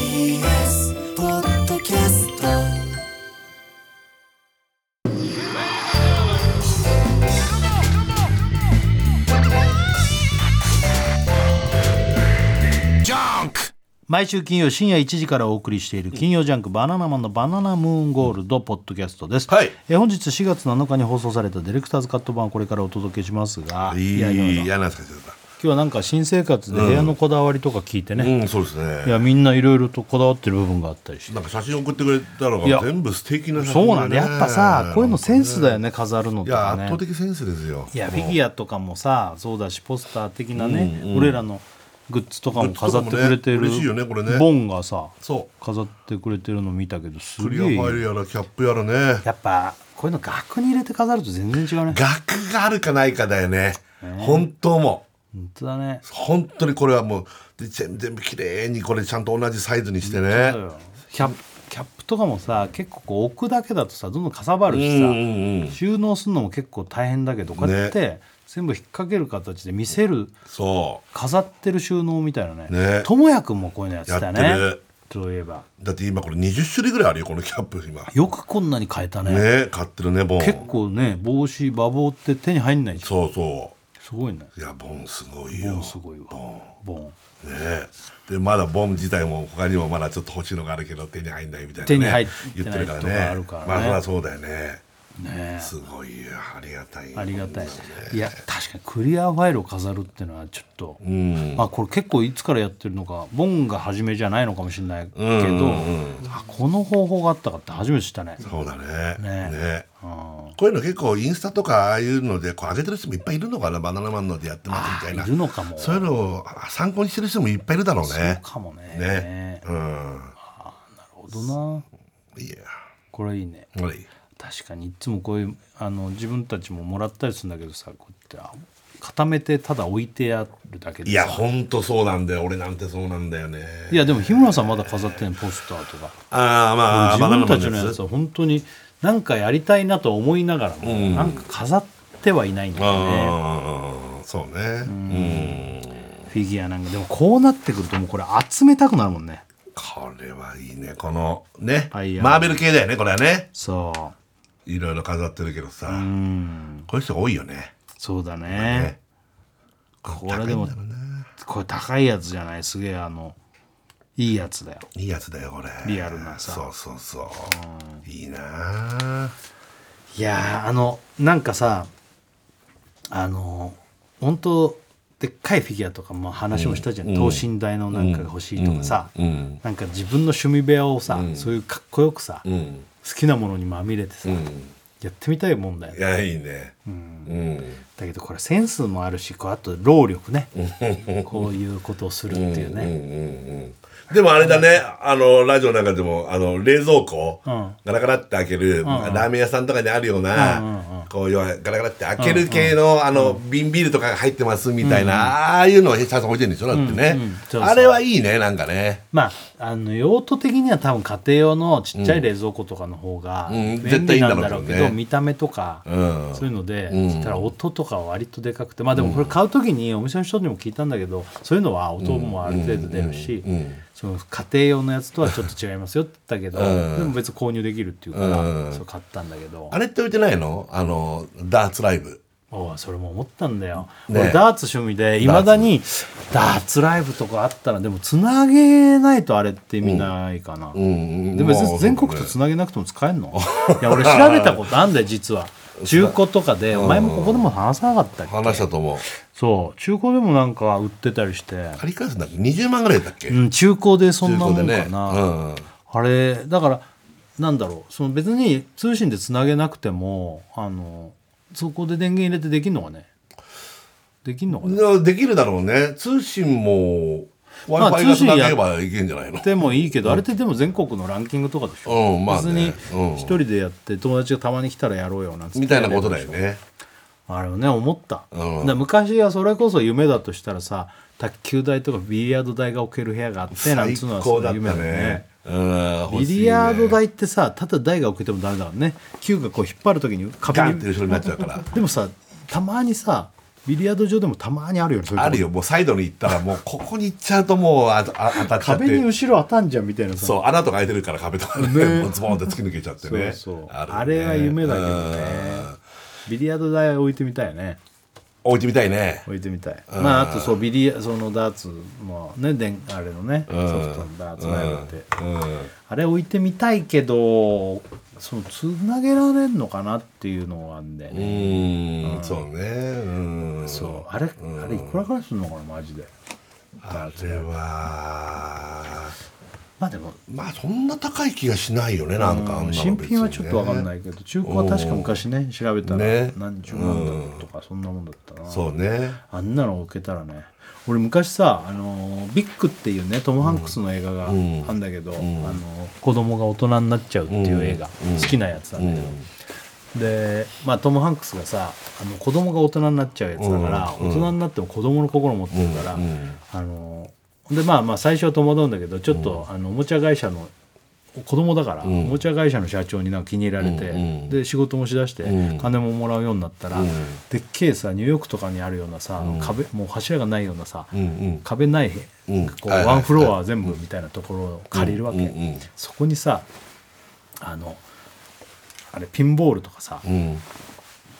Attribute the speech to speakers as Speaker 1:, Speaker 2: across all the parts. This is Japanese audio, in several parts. Speaker 1: TBS ポッドキャスト
Speaker 2: 毎週金曜深夜1時からお送りしている金曜ジャンクバナナマンのバナナムーンゴールドポッドキャストです、
Speaker 3: はい
Speaker 2: えー本日4月7日に放送されたディレクターズカット版をこれからお届けしますが
Speaker 3: いい
Speaker 2: やや今
Speaker 3: 嫌な感じだっ
Speaker 2: 日はなんか新生活で部屋のこだわりとか聞いて
Speaker 3: た。
Speaker 2: ね、
Speaker 3: うん、そうです
Speaker 2: い
Speaker 3: ね。
Speaker 2: やみんないろいろとこだわってる部分があったりして
Speaker 3: なんか写真送ってくれたの
Speaker 2: いや
Speaker 3: が全部素敵な写
Speaker 2: そ
Speaker 3: 真
Speaker 2: うなんだやっぱさこういうのセンスだよ
Speaker 3: ね。
Speaker 2: ね飾るの
Speaker 3: い
Speaker 2: と
Speaker 3: や、
Speaker 2: か
Speaker 3: 圧
Speaker 2: ね
Speaker 3: 倒的センスですよ。
Speaker 2: いやフ
Speaker 3: もう
Speaker 2: ィギュアとかもさそうだしポスター的なね、
Speaker 3: うんうん
Speaker 2: 俺らのグッズとかも飾ってくれてる、
Speaker 3: グッズとかもね嬉しいよねこれね
Speaker 2: ボンがさ
Speaker 3: そ
Speaker 2: 飾ってくれてるの見たけどす
Speaker 3: う。ク
Speaker 2: げ
Speaker 3: リアファイ
Speaker 2: え
Speaker 3: ルやら、キャップやらね。
Speaker 2: やっぱこういうの額に入れて飾ると全然違うね
Speaker 3: 額があるかないかだよね。本当もう。
Speaker 2: 本当だね
Speaker 3: 本当にこれはもう、で全全部綺麗にこれちゃんと同じサイズにしてね。
Speaker 2: キャップキャップとかもさ結構こう置くだけだとさどんどんかさばるしさ、
Speaker 3: うんうんうん
Speaker 2: 収納するのも結構大変だけどこうやって、全部引っ掛ける形で見せる
Speaker 3: そ
Speaker 2: 飾ってる収納みたいなね
Speaker 3: ね
Speaker 2: ともやくんもこういうのやってた
Speaker 3: や
Speaker 2: ね
Speaker 3: ってる
Speaker 2: そういえば
Speaker 3: う。だって今これ20種類ぐらいあるよ、このキャップ今。
Speaker 2: よくこんなに変えたね
Speaker 3: ね、買ってるね、ボン。
Speaker 2: 結構ね帽子馬房って手に入んないじゃん
Speaker 3: そうそ
Speaker 2: すごいね
Speaker 3: う。いや、ボンすごいよ。
Speaker 2: ボンすごいわボン
Speaker 3: ねえでまだボン自体も他にもまだちょっと欲しいのがあるけど手に入んないみたいな、ね、
Speaker 2: 手に入ってな
Speaker 3: 言
Speaker 2: い
Speaker 3: ってるから
Speaker 2: と
Speaker 3: ね
Speaker 2: かあるからね
Speaker 3: まあそりゃそうだよね
Speaker 2: ね
Speaker 3: すごいよありがたい
Speaker 2: えありがたい
Speaker 3: ね
Speaker 2: いや確かにクリアファイルを飾るっていうのはちょっと、
Speaker 3: うん
Speaker 2: あこれ結構いつからやってるのかボンが初めじゃないのかもしれないけど、
Speaker 3: うんうん
Speaker 2: あこの方法があったかって初めて知ったね
Speaker 3: そうだね
Speaker 2: ね
Speaker 3: ね
Speaker 2: うん
Speaker 3: こういうの結構インスタとかああいうのでこう上げてる人もいっぱいいるのかなバナナマンのでやってますみたいない
Speaker 2: るのかも
Speaker 3: そういうのを参考にしてる人もいっぱいいるだろうね
Speaker 2: かもね
Speaker 3: ねうん
Speaker 2: なるほどない
Speaker 3: や
Speaker 2: これいいね
Speaker 3: ほらいい
Speaker 2: 確かにいつもこういうあの自分たちももらったりするんだけどさこうやってあ固めてただ置いてあるだけで
Speaker 3: い
Speaker 2: さ
Speaker 3: やほんとそうなんだよ俺なんてそうなんだよね
Speaker 2: いやでも日村さんまだ飾ってんポスターとか
Speaker 3: ああまあ
Speaker 2: 自
Speaker 3: バナナマ
Speaker 2: 分た
Speaker 3: ン
Speaker 2: ちの
Speaker 3: のや
Speaker 2: や
Speaker 3: つ
Speaker 2: つは本当になんかやりたいなと思いながらも、
Speaker 3: ん
Speaker 2: なんか飾ってはいないんだよね
Speaker 3: ああそうねうん
Speaker 2: フィギュアなんかでもこうなってくるともうこれ集めたくなるもんね
Speaker 3: これはいいねこのねマ
Speaker 2: はいはい
Speaker 3: ーベル系だよねこれはね
Speaker 2: そ
Speaker 3: いろいろ飾ってるけどさ
Speaker 2: ううん
Speaker 3: こういう人が多いよね
Speaker 2: そうだね
Speaker 3: ね
Speaker 2: これでも
Speaker 3: 高いんだろうね
Speaker 2: これ高いやつじゃないすげえあのいいやつだよ
Speaker 3: いいやつだよこれ
Speaker 2: リアルなさ
Speaker 3: そうそうそういいなあ
Speaker 2: いやーあのなんかさあの本当でっかいフィギュアとかも話もしたじゃん、等身大のなんかが欲しいとかさ、
Speaker 3: うん
Speaker 2: なんか自分の趣味部屋をさ、そういうかっこよくさ、
Speaker 3: うん
Speaker 2: 好きなものにまみれてさ、
Speaker 3: うん
Speaker 2: やってみたいもんだよ
Speaker 3: いやいいねうん
Speaker 2: だけどこれセンスもあるしこうあと労力ねこういうことをするっていうね、
Speaker 3: でもあれだね、あの、ラジオなんかでも、あの、冷蔵庫、
Speaker 2: うん
Speaker 3: ガラガラって開ける、ラーメン屋さんとかにあるような、
Speaker 2: うんうん
Speaker 3: こう、要はガラガラって開ける系の、あの、瓶ビールとかが入ってますみたいな、ああいうのを社長置いてるんでしょだってね、
Speaker 2: うんうんそうそう
Speaker 3: あれはいいね、なんかね。
Speaker 2: まあ、あの用途的には多分家庭用のちっちゃい冷蔵庫とかの方が
Speaker 3: うんうん
Speaker 2: 便利なんだろう
Speaker 3: 絶対いいんだろう
Speaker 2: け
Speaker 3: け
Speaker 2: ど
Speaker 3: どね
Speaker 2: 見た目とか
Speaker 3: うん
Speaker 2: そういうので
Speaker 3: ん
Speaker 2: そしたら音とかは割とでかくてまあでもこれ買う時にお店の人にも聞いたんだけどそういうのは音もある程度出るし
Speaker 3: うんうん
Speaker 2: その家庭用のやつとはちょっと違いますよって言ったけど
Speaker 3: うん
Speaker 2: でも別に購入できるっていうから
Speaker 3: うん
Speaker 2: そう買ったんだけど
Speaker 3: あれって置いてないのあの、ダーツライブ。
Speaker 2: おうそれも思ったんだよ
Speaker 3: ね
Speaker 2: 俺ダーツ趣味でいまだにダーツライブとかあったらでもつなげないとあれって意味ないかな。
Speaker 3: うん
Speaker 2: でも別に全国とつなげなくても使 えんの、いや俺調べたことあんだよ実は中古とかでお前もここでも話さなかったっけ
Speaker 3: 話したと思う。
Speaker 2: そう中古でもなんか売ってたりして、
Speaker 3: 借り返すんだっけ ?20 万ぐらいだっけ、
Speaker 2: うん、中古でそんなもんかな、
Speaker 3: 中古でねうん
Speaker 2: あれだからなんだろうその別に通信でつなげなくてもあのそこで電源入れてできんのかねできんのかね
Speaker 3: いやできるだろうね。通信も、
Speaker 2: ま
Speaker 3: Wi-Fi
Speaker 2: あ
Speaker 3: が
Speaker 2: 通信
Speaker 3: つ
Speaker 2: や
Speaker 3: なげればいけんじゃないの
Speaker 2: でもいいけど、あれってでも全国のランキングとかでしょ、
Speaker 3: うんまあね
Speaker 2: 別に一人でやって友達がたまに来たらやろうよなんつって
Speaker 3: みたいなことだよね。
Speaker 2: あれをね思った、
Speaker 3: うん
Speaker 2: だから昔はそれこそ夢だとしたらさ卓球台とかビリヤード台が置ける部屋があってなん
Speaker 3: 最
Speaker 2: つうのは
Speaker 3: 高
Speaker 2: そ
Speaker 3: だ
Speaker 2: の
Speaker 3: った
Speaker 2: 夢だよ
Speaker 3: ね。うん
Speaker 2: ビリヤー
Speaker 3: 欲しい
Speaker 2: ド。
Speaker 3: ね
Speaker 2: 台ってさただ台が置けてもダメだからね球がこう引っ張る時に壁
Speaker 3: ガン
Speaker 2: に
Speaker 3: って後ろになっちゃうから。
Speaker 2: でもさたまにさビリヤード場でもたまにあるよねそういう
Speaker 3: あ
Speaker 2: とこ
Speaker 3: るよもうサイドに行ったらもうここに行っちゃうともうああ当たっちゃって
Speaker 2: 壁に後ろ当たんじゃんみたいなさ
Speaker 3: そう穴とか開いてるから壁とかね
Speaker 2: ね
Speaker 3: もうズボンって突き抜けちゃってね
Speaker 2: そうそう
Speaker 3: るよね
Speaker 2: あれは夢だけどね
Speaker 3: うん
Speaker 2: ビリヤード台置いてみたいよね
Speaker 3: 置いてみたいね
Speaker 2: 置いてみたいまああとそうビリヤそのダーツもねでんあれのねソフトのダーツのやって
Speaker 3: うん
Speaker 2: あれ置いてみたいけどそのつなげられんのかなっていうのがあんで、
Speaker 3: う
Speaker 2: ね
Speaker 3: んそうねうん
Speaker 2: そうあれ、あれいくらくらいするのかなマジで
Speaker 3: あれは
Speaker 2: まあでも
Speaker 3: まあそんな高い気がしないよねなんかあんなの別に
Speaker 2: 新
Speaker 3: ね
Speaker 2: 品はちょっと分かんないけど中古は確か昔ね調べたら
Speaker 3: ね
Speaker 2: 何十万だとかそんなもんだったな、
Speaker 3: そうね
Speaker 2: あんなの置けたらね俺昔さ、あのービッグっていうねトム・ハンクスの映画がある
Speaker 3: ん
Speaker 2: んだけど、あのー子供が大人になっちゃうっていう映画、好きなやつなんだけど、で、まあ、トム・ハンクスがさあの子供が大人になっちゃうやつだから、大人になっても子供の心持ってるから、あのーでまあまあ最初は戸惑うんだけどちょっと、あのおもちゃ会社の子供だから、おもちゃ会社の社長になんか気に入られて、で仕事もしだして、金ももらうようになったら、でっけえさニューヨークとかにあるようなさ、壁もう柱がないようなさ、壁ない、
Speaker 3: ん
Speaker 2: こう
Speaker 3: はいはい
Speaker 2: ワンフロア全部みたいなところを借りるわけ、
Speaker 3: うんうん
Speaker 2: そこにさあのあれピンボールとかさ、
Speaker 3: うん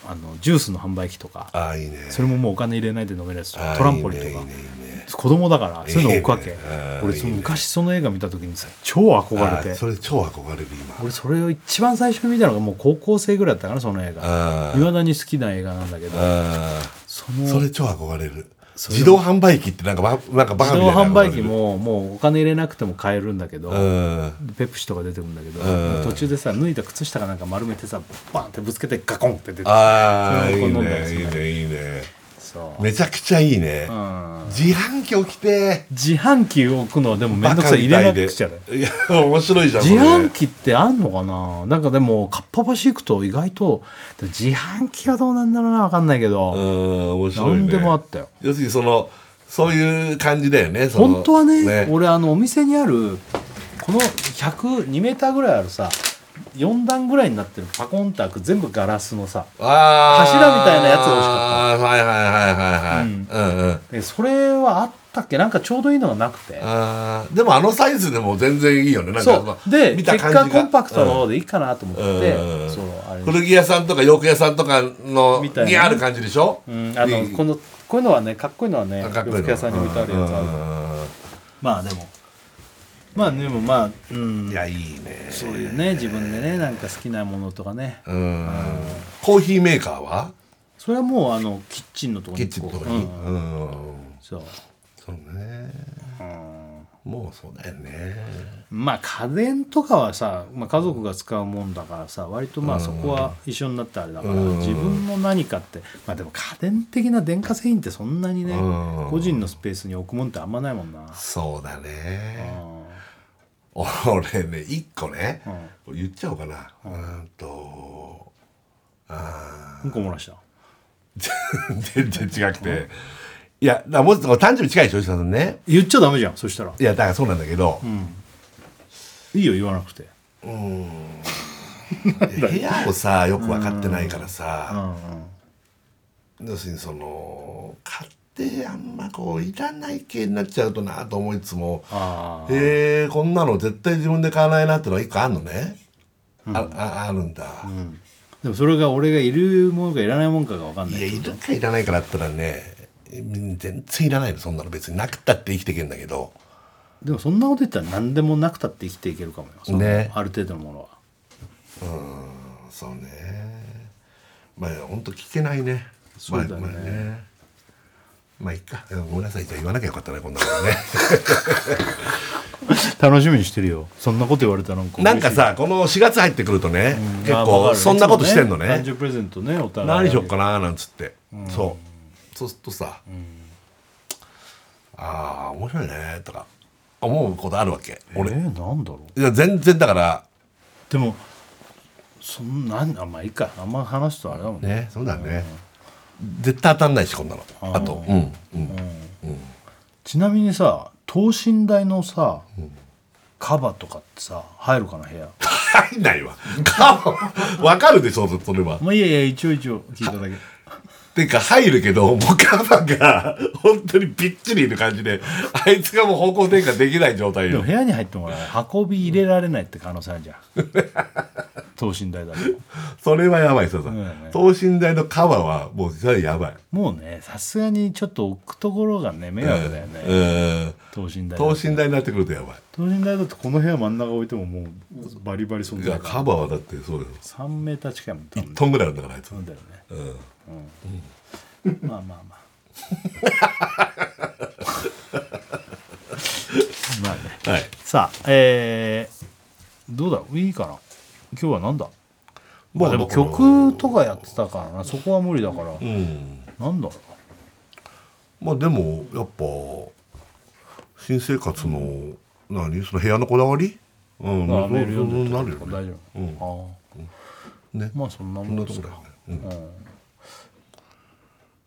Speaker 2: あのジュースの販売機とか
Speaker 3: ああいいね
Speaker 2: それももうお金入れないで飲めるやつと
Speaker 3: あ
Speaker 2: か
Speaker 3: ー
Speaker 2: トランポリンと
Speaker 3: いい
Speaker 2: か
Speaker 3: ねいいねいいね
Speaker 2: 子供だからそういうの置くわ
Speaker 3: いい
Speaker 2: け、
Speaker 3: ねあー
Speaker 2: 俺そ
Speaker 3: いい
Speaker 2: の
Speaker 3: ね
Speaker 2: 昔その映画見た時にさ超憧れて
Speaker 3: あそれ超憧れる今
Speaker 2: 俺それを一番最初に見たのがもう高校生ぐらいだったかなその映画
Speaker 3: あ
Speaker 2: いまだに好きな映画なんだけど
Speaker 3: あ
Speaker 2: その
Speaker 3: それ超憧れる自動販売機ってなんかばなんかバカ
Speaker 2: 自
Speaker 3: みたい
Speaker 2: 動
Speaker 3: な
Speaker 2: 販売機ももうお金入れなくても買えるんだけど、
Speaker 3: うん
Speaker 2: ペプシとか出てくるんだけど、
Speaker 3: うん
Speaker 2: 途中でさ脱いだ靴下かなんか丸めてさバンってぶつけてガコンって出てくる
Speaker 3: ああ
Speaker 2: そ
Speaker 3: い
Speaker 2: れ
Speaker 3: い
Speaker 2: をこう飲んだり
Speaker 3: ね
Speaker 2: す
Speaker 3: いい
Speaker 2: る
Speaker 3: ねいいね
Speaker 2: そう、
Speaker 3: めちゃくちゃいいね
Speaker 2: うん、
Speaker 3: 自販機起きて
Speaker 2: 自販機を置くのはでも面
Speaker 3: バ
Speaker 2: 倒く
Speaker 3: カ
Speaker 2: さ
Speaker 3: み
Speaker 2: い入
Speaker 3: た
Speaker 2: れ
Speaker 3: い
Speaker 2: な
Speaker 3: で
Speaker 2: くちゃだよ
Speaker 3: いや面白いじゃん
Speaker 2: 自販
Speaker 3: 機
Speaker 2: 機ってあんのかななんかでもかっぱ橋行くと意外とでも自販機はどうなんだろうな分かんないけ
Speaker 3: う
Speaker 2: ど、
Speaker 3: ん面白いね
Speaker 2: 何でもあったよ
Speaker 3: 要するにそのそういう感じだよねその
Speaker 2: 本当はね
Speaker 3: ね
Speaker 2: 俺あのお店にあるこの102メーターぐらいあるさ4段ぐらいになってるパコンターク全部ガラスのさ
Speaker 3: あー
Speaker 2: 柱みたいなやつが欲しか
Speaker 3: あーはいはいはいはいはい、うん、うん
Speaker 2: でそれはあったっけなんかちょうどいいのがなくて
Speaker 3: あーでもあのサイズでも全然いいよねなんかま
Speaker 2: そう
Speaker 3: あ
Speaker 2: で
Speaker 3: 見
Speaker 2: 結
Speaker 3: た感じが
Speaker 2: 果コンパクトの方でいいかなと思って、
Speaker 3: うん
Speaker 2: そうあれ
Speaker 3: 古着屋さんとか洋服屋さんとかの
Speaker 2: みたいな
Speaker 3: にある感じでしょ、
Speaker 2: うん、あの
Speaker 3: に
Speaker 2: このこういうのはねかっこいいのはね
Speaker 3: あ
Speaker 2: 洋
Speaker 3: かっこいいの
Speaker 2: 服屋さんに置いてあるやつあるまあでもまあでもまあうん
Speaker 3: うんいやいいね
Speaker 2: そういうね自分でねなんか好きなものとかね
Speaker 3: うんコーヒーメーカーは
Speaker 2: それはもうあのキッチンのとこ
Speaker 3: キ
Speaker 2: に
Speaker 3: ッチンのとこ
Speaker 2: う
Speaker 3: にう
Speaker 2: ん
Speaker 3: ん
Speaker 2: そう
Speaker 3: そうね
Speaker 2: うん
Speaker 3: もうそうだよね
Speaker 2: まあ家電とかはさ、まあ、家族が使うもんだからさ割とまあそこは一緒になってあれだから、
Speaker 3: うん
Speaker 2: 自分の何かってまあでも家電的な電化製品ってそんなにね、
Speaker 3: うん
Speaker 2: 個人のスペースに置くもんってあんまないもんな、
Speaker 3: そうだ
Speaker 2: う
Speaker 3: ね
Speaker 2: ん
Speaker 3: 俺ね一個ね、言っちゃおうかなうーんと あ
Speaker 2: うんこ漏らした
Speaker 3: ー全然違くていやだからもう誕生日近いでしょ石田さんね
Speaker 2: 言っちゃダメじゃんそしたら
Speaker 3: いやだからそうなんだけど、
Speaker 2: いいよ言わなくて
Speaker 3: 部屋をさよく分かってないからさ、
Speaker 2: うんうん
Speaker 3: 要するにその買ってあんまこういらない系になっちゃうとなと思いつつも
Speaker 2: ああ
Speaker 3: へえこんなの絶対自分で買わないなってのは一個あるのね、あああるんだ、
Speaker 2: でもそれが俺がいるものかいらないものかが分かんない
Speaker 3: いやいるかいらないかだったらねうん全然いらないのそんなの別になくたって生きていけんだけど
Speaker 2: でもそんなこと言ったら何でもなくたって生きていけるかもよその
Speaker 3: ね
Speaker 2: ある程度のものは
Speaker 3: そうねまあほんと聞けないね
Speaker 2: そうだ
Speaker 3: まあ
Speaker 2: ね
Speaker 3: まあねまあいっかうんごめんなさいじゃあ言わなきゃよかったねこんな ことね
Speaker 2: 楽しみにしてるよそんなこと言われたらなんか
Speaker 3: なんかさこの4月入ってくるとね、結構そんなことしてんのね
Speaker 2: 誕生日プレゼントねお互い
Speaker 3: 何しよっかななんつって、そうそうするとさ、ああ面白いねとか思うことあるわけ
Speaker 2: 俺
Speaker 3: 俺、
Speaker 2: えー、なんだろう
Speaker 3: いや全然だから
Speaker 2: でもそんなんあまあいいかあんま話すとあれだもんね
Speaker 3: ねそうだね、絶対当たんないしこんなのあとうんうん
Speaker 2: ちなみにさ等身大のさ、カバとかってさ入るかな部屋
Speaker 3: 入んないわ顔わかるでしょそれは
Speaker 2: まあいやいや一応一応聞いただけ
Speaker 3: ていうか入るけどもうカバが本当にびっちりいる感じであいつがもう方向転換できない状態
Speaker 2: でも
Speaker 3: よ
Speaker 2: 部屋に入ってもらう運び入れられないって可能性あるじゃ ん等身大だと
Speaker 3: それはやばいさ、
Speaker 2: んね
Speaker 3: 等身大のカバはもうそれはやばい
Speaker 2: もうねさすがにちょっと置くところがね迷惑だよね、
Speaker 3: うん
Speaker 2: 等身大だ
Speaker 3: 等
Speaker 2: と
Speaker 3: 身大になってくるとやばい
Speaker 2: 等身大だってこの部屋真ん中置いてももうバリバリ存
Speaker 3: いや
Speaker 2: 在
Speaker 3: カバはだってそうだよ
Speaker 2: 3メーター近いもん多分
Speaker 3: 1トンぐらいあるんだからあいつ、
Speaker 2: そうだよね
Speaker 3: うん
Speaker 2: まあまあまあ まあね
Speaker 3: はい
Speaker 2: さあえー、どうだろういいかな今日はなんだまあでも曲とかやってたからなそこは無理だから、
Speaker 3: うん
Speaker 2: なんだろ
Speaker 3: まあでもやっぱ新生活の何その部屋のこだわりうん
Speaker 2: う、まあ、
Speaker 3: そう
Speaker 2: メール読んで
Speaker 3: そうなる
Speaker 2: と
Speaker 3: よ
Speaker 2: 大
Speaker 3: ね
Speaker 2: 丈夫、
Speaker 3: うん
Speaker 2: ああ
Speaker 3: ね
Speaker 2: まあそんな
Speaker 3: そん
Speaker 2: も
Speaker 3: なんと
Speaker 2: です
Speaker 3: こ
Speaker 2: か
Speaker 3: だよね、うん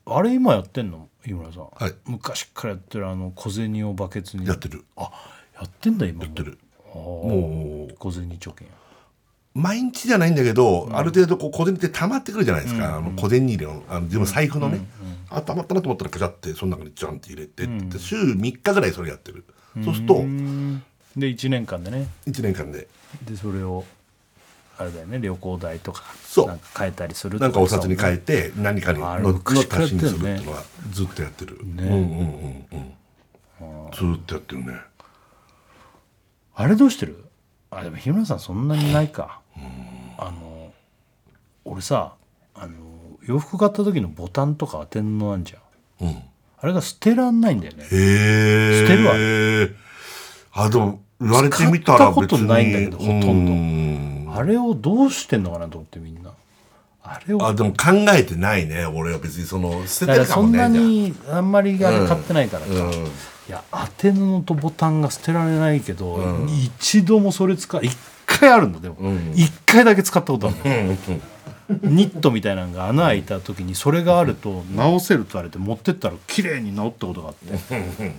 Speaker 2: うん、あれ今やってんの井村さん、
Speaker 3: はい
Speaker 2: 昔からやってるあの小銭をバケツに
Speaker 3: やってる
Speaker 2: あやってんだ今やっ
Speaker 3: やってる
Speaker 2: も
Speaker 3: も
Speaker 2: う小銭貯金
Speaker 3: 毎日じゃないんだけど、ある程度こう小銭って溜まってくるじゃないですか、あの小銭入れのあの自分の財布のね、あ溜まったなと思ったらガチャってその中にジャンって入れてって、週3日ぐらいそれやってる、そうすると
Speaker 2: うーんで1年間でね
Speaker 3: 1年間で
Speaker 2: でそれをあれだよね旅行代とか
Speaker 3: そう
Speaker 2: なんか変えたりするって
Speaker 3: なんかお札に変え
Speaker 2: こ
Speaker 3: て何かにの
Speaker 2: あれ
Speaker 3: の
Speaker 2: 昔
Speaker 3: 足
Speaker 2: からや
Speaker 3: し
Speaker 2: っ
Speaker 3: てに
Speaker 2: るよ
Speaker 3: するって
Speaker 2: ね
Speaker 3: いうのはずっとやってる、
Speaker 2: ね
Speaker 3: うんうんうんうんずーっとやってるね
Speaker 2: とだもんねあれどうしてるあでも日村さんそんなにないかあの俺さあの洋服買った時のボタンとか当てんのあんじゃ
Speaker 3: う
Speaker 2: ん
Speaker 3: んへ
Speaker 2: あれが捨てらんないんだよね
Speaker 3: え
Speaker 2: 捨てるわ
Speaker 3: あでも言われてみたら
Speaker 2: 使ったこ
Speaker 3: 別
Speaker 2: と
Speaker 3: に
Speaker 2: ないんだけどほとんど
Speaker 3: うん
Speaker 2: あれをどうしてんのかなと思ってみんなあれを
Speaker 3: あでも考えてないね俺は別にその捨ててる
Speaker 2: だから
Speaker 3: か
Speaker 2: そ
Speaker 3: も
Speaker 2: ん
Speaker 3: ね
Speaker 2: なにあんまりあれ買ってないからか、
Speaker 3: じゃあうん
Speaker 2: いや当て布とボタンが捨てられないけど、一度もそれ使う一回あるんだでも、一回だけ使ったことあるのニットみたいなのが穴開いた時にそれがあると直せるとあれて持ってったら綺麗に直ったことがあって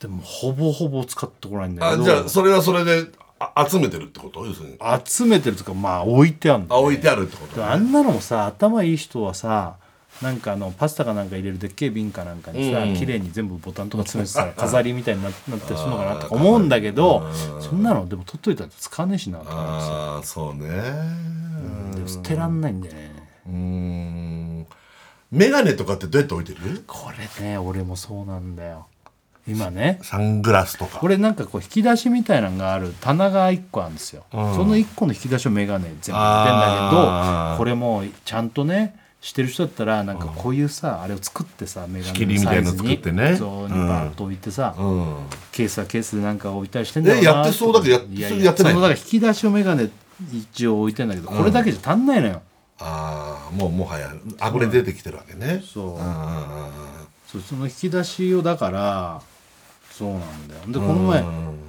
Speaker 2: でもほぼほぼ使ってこないんだ
Speaker 3: あ
Speaker 2: けど
Speaker 3: じゃあそれはそれであ集めてるってこと要するに
Speaker 2: 集めてるとかまあ置いてあるんだ
Speaker 3: あ置いてあるってこ
Speaker 2: で
Speaker 3: と
Speaker 2: もあんなのもさ頭いい人はさなんかあのパスタかなんか入れるでっけえ瓶かなんかにさ、
Speaker 3: うん
Speaker 2: 綺麗に全部ボタンとか詰めてたら飾りみたいにななったりするのかなとか思うんだけどそんなのでも取っといたら使わねえしなと思ってさ
Speaker 3: ああそうね
Speaker 2: でも捨てらんないんだよね
Speaker 3: うんメガネとかってどうやって置いてる
Speaker 2: これね俺もそうなんだよ今ね
Speaker 3: サングラスとか
Speaker 2: 俺なんかこう引き出しみたいなのがある棚が1個あるんですよ、その1個の引き出しをメガネ全部入れてんだけ
Speaker 3: あー
Speaker 2: どこれもちゃんとねしてる人だったらなんかこういうさ、あれを作ってさメガ
Speaker 3: 仕切
Speaker 2: ネ
Speaker 3: りみ
Speaker 2: のサ
Speaker 3: たい
Speaker 2: イ
Speaker 3: の
Speaker 2: ズに
Speaker 3: 作ってね
Speaker 2: そうに
Speaker 3: うん
Speaker 2: バーッと置いてさ、
Speaker 3: うん
Speaker 2: ケースはケースでなんか置いたりしてんだろうな
Speaker 3: えやってそうだけどやって
Speaker 2: いい
Speaker 3: それやってない
Speaker 2: そのだから引き出しをメガネ一応置いてんだけどこれだけじゃ足んないのよ、
Speaker 3: ああもうもはやあふれ出てきてるわけね
Speaker 2: そう
Speaker 3: あ
Speaker 2: そうその引き出しをだからそうなんだよで
Speaker 3: ー
Speaker 2: この前、
Speaker 3: うん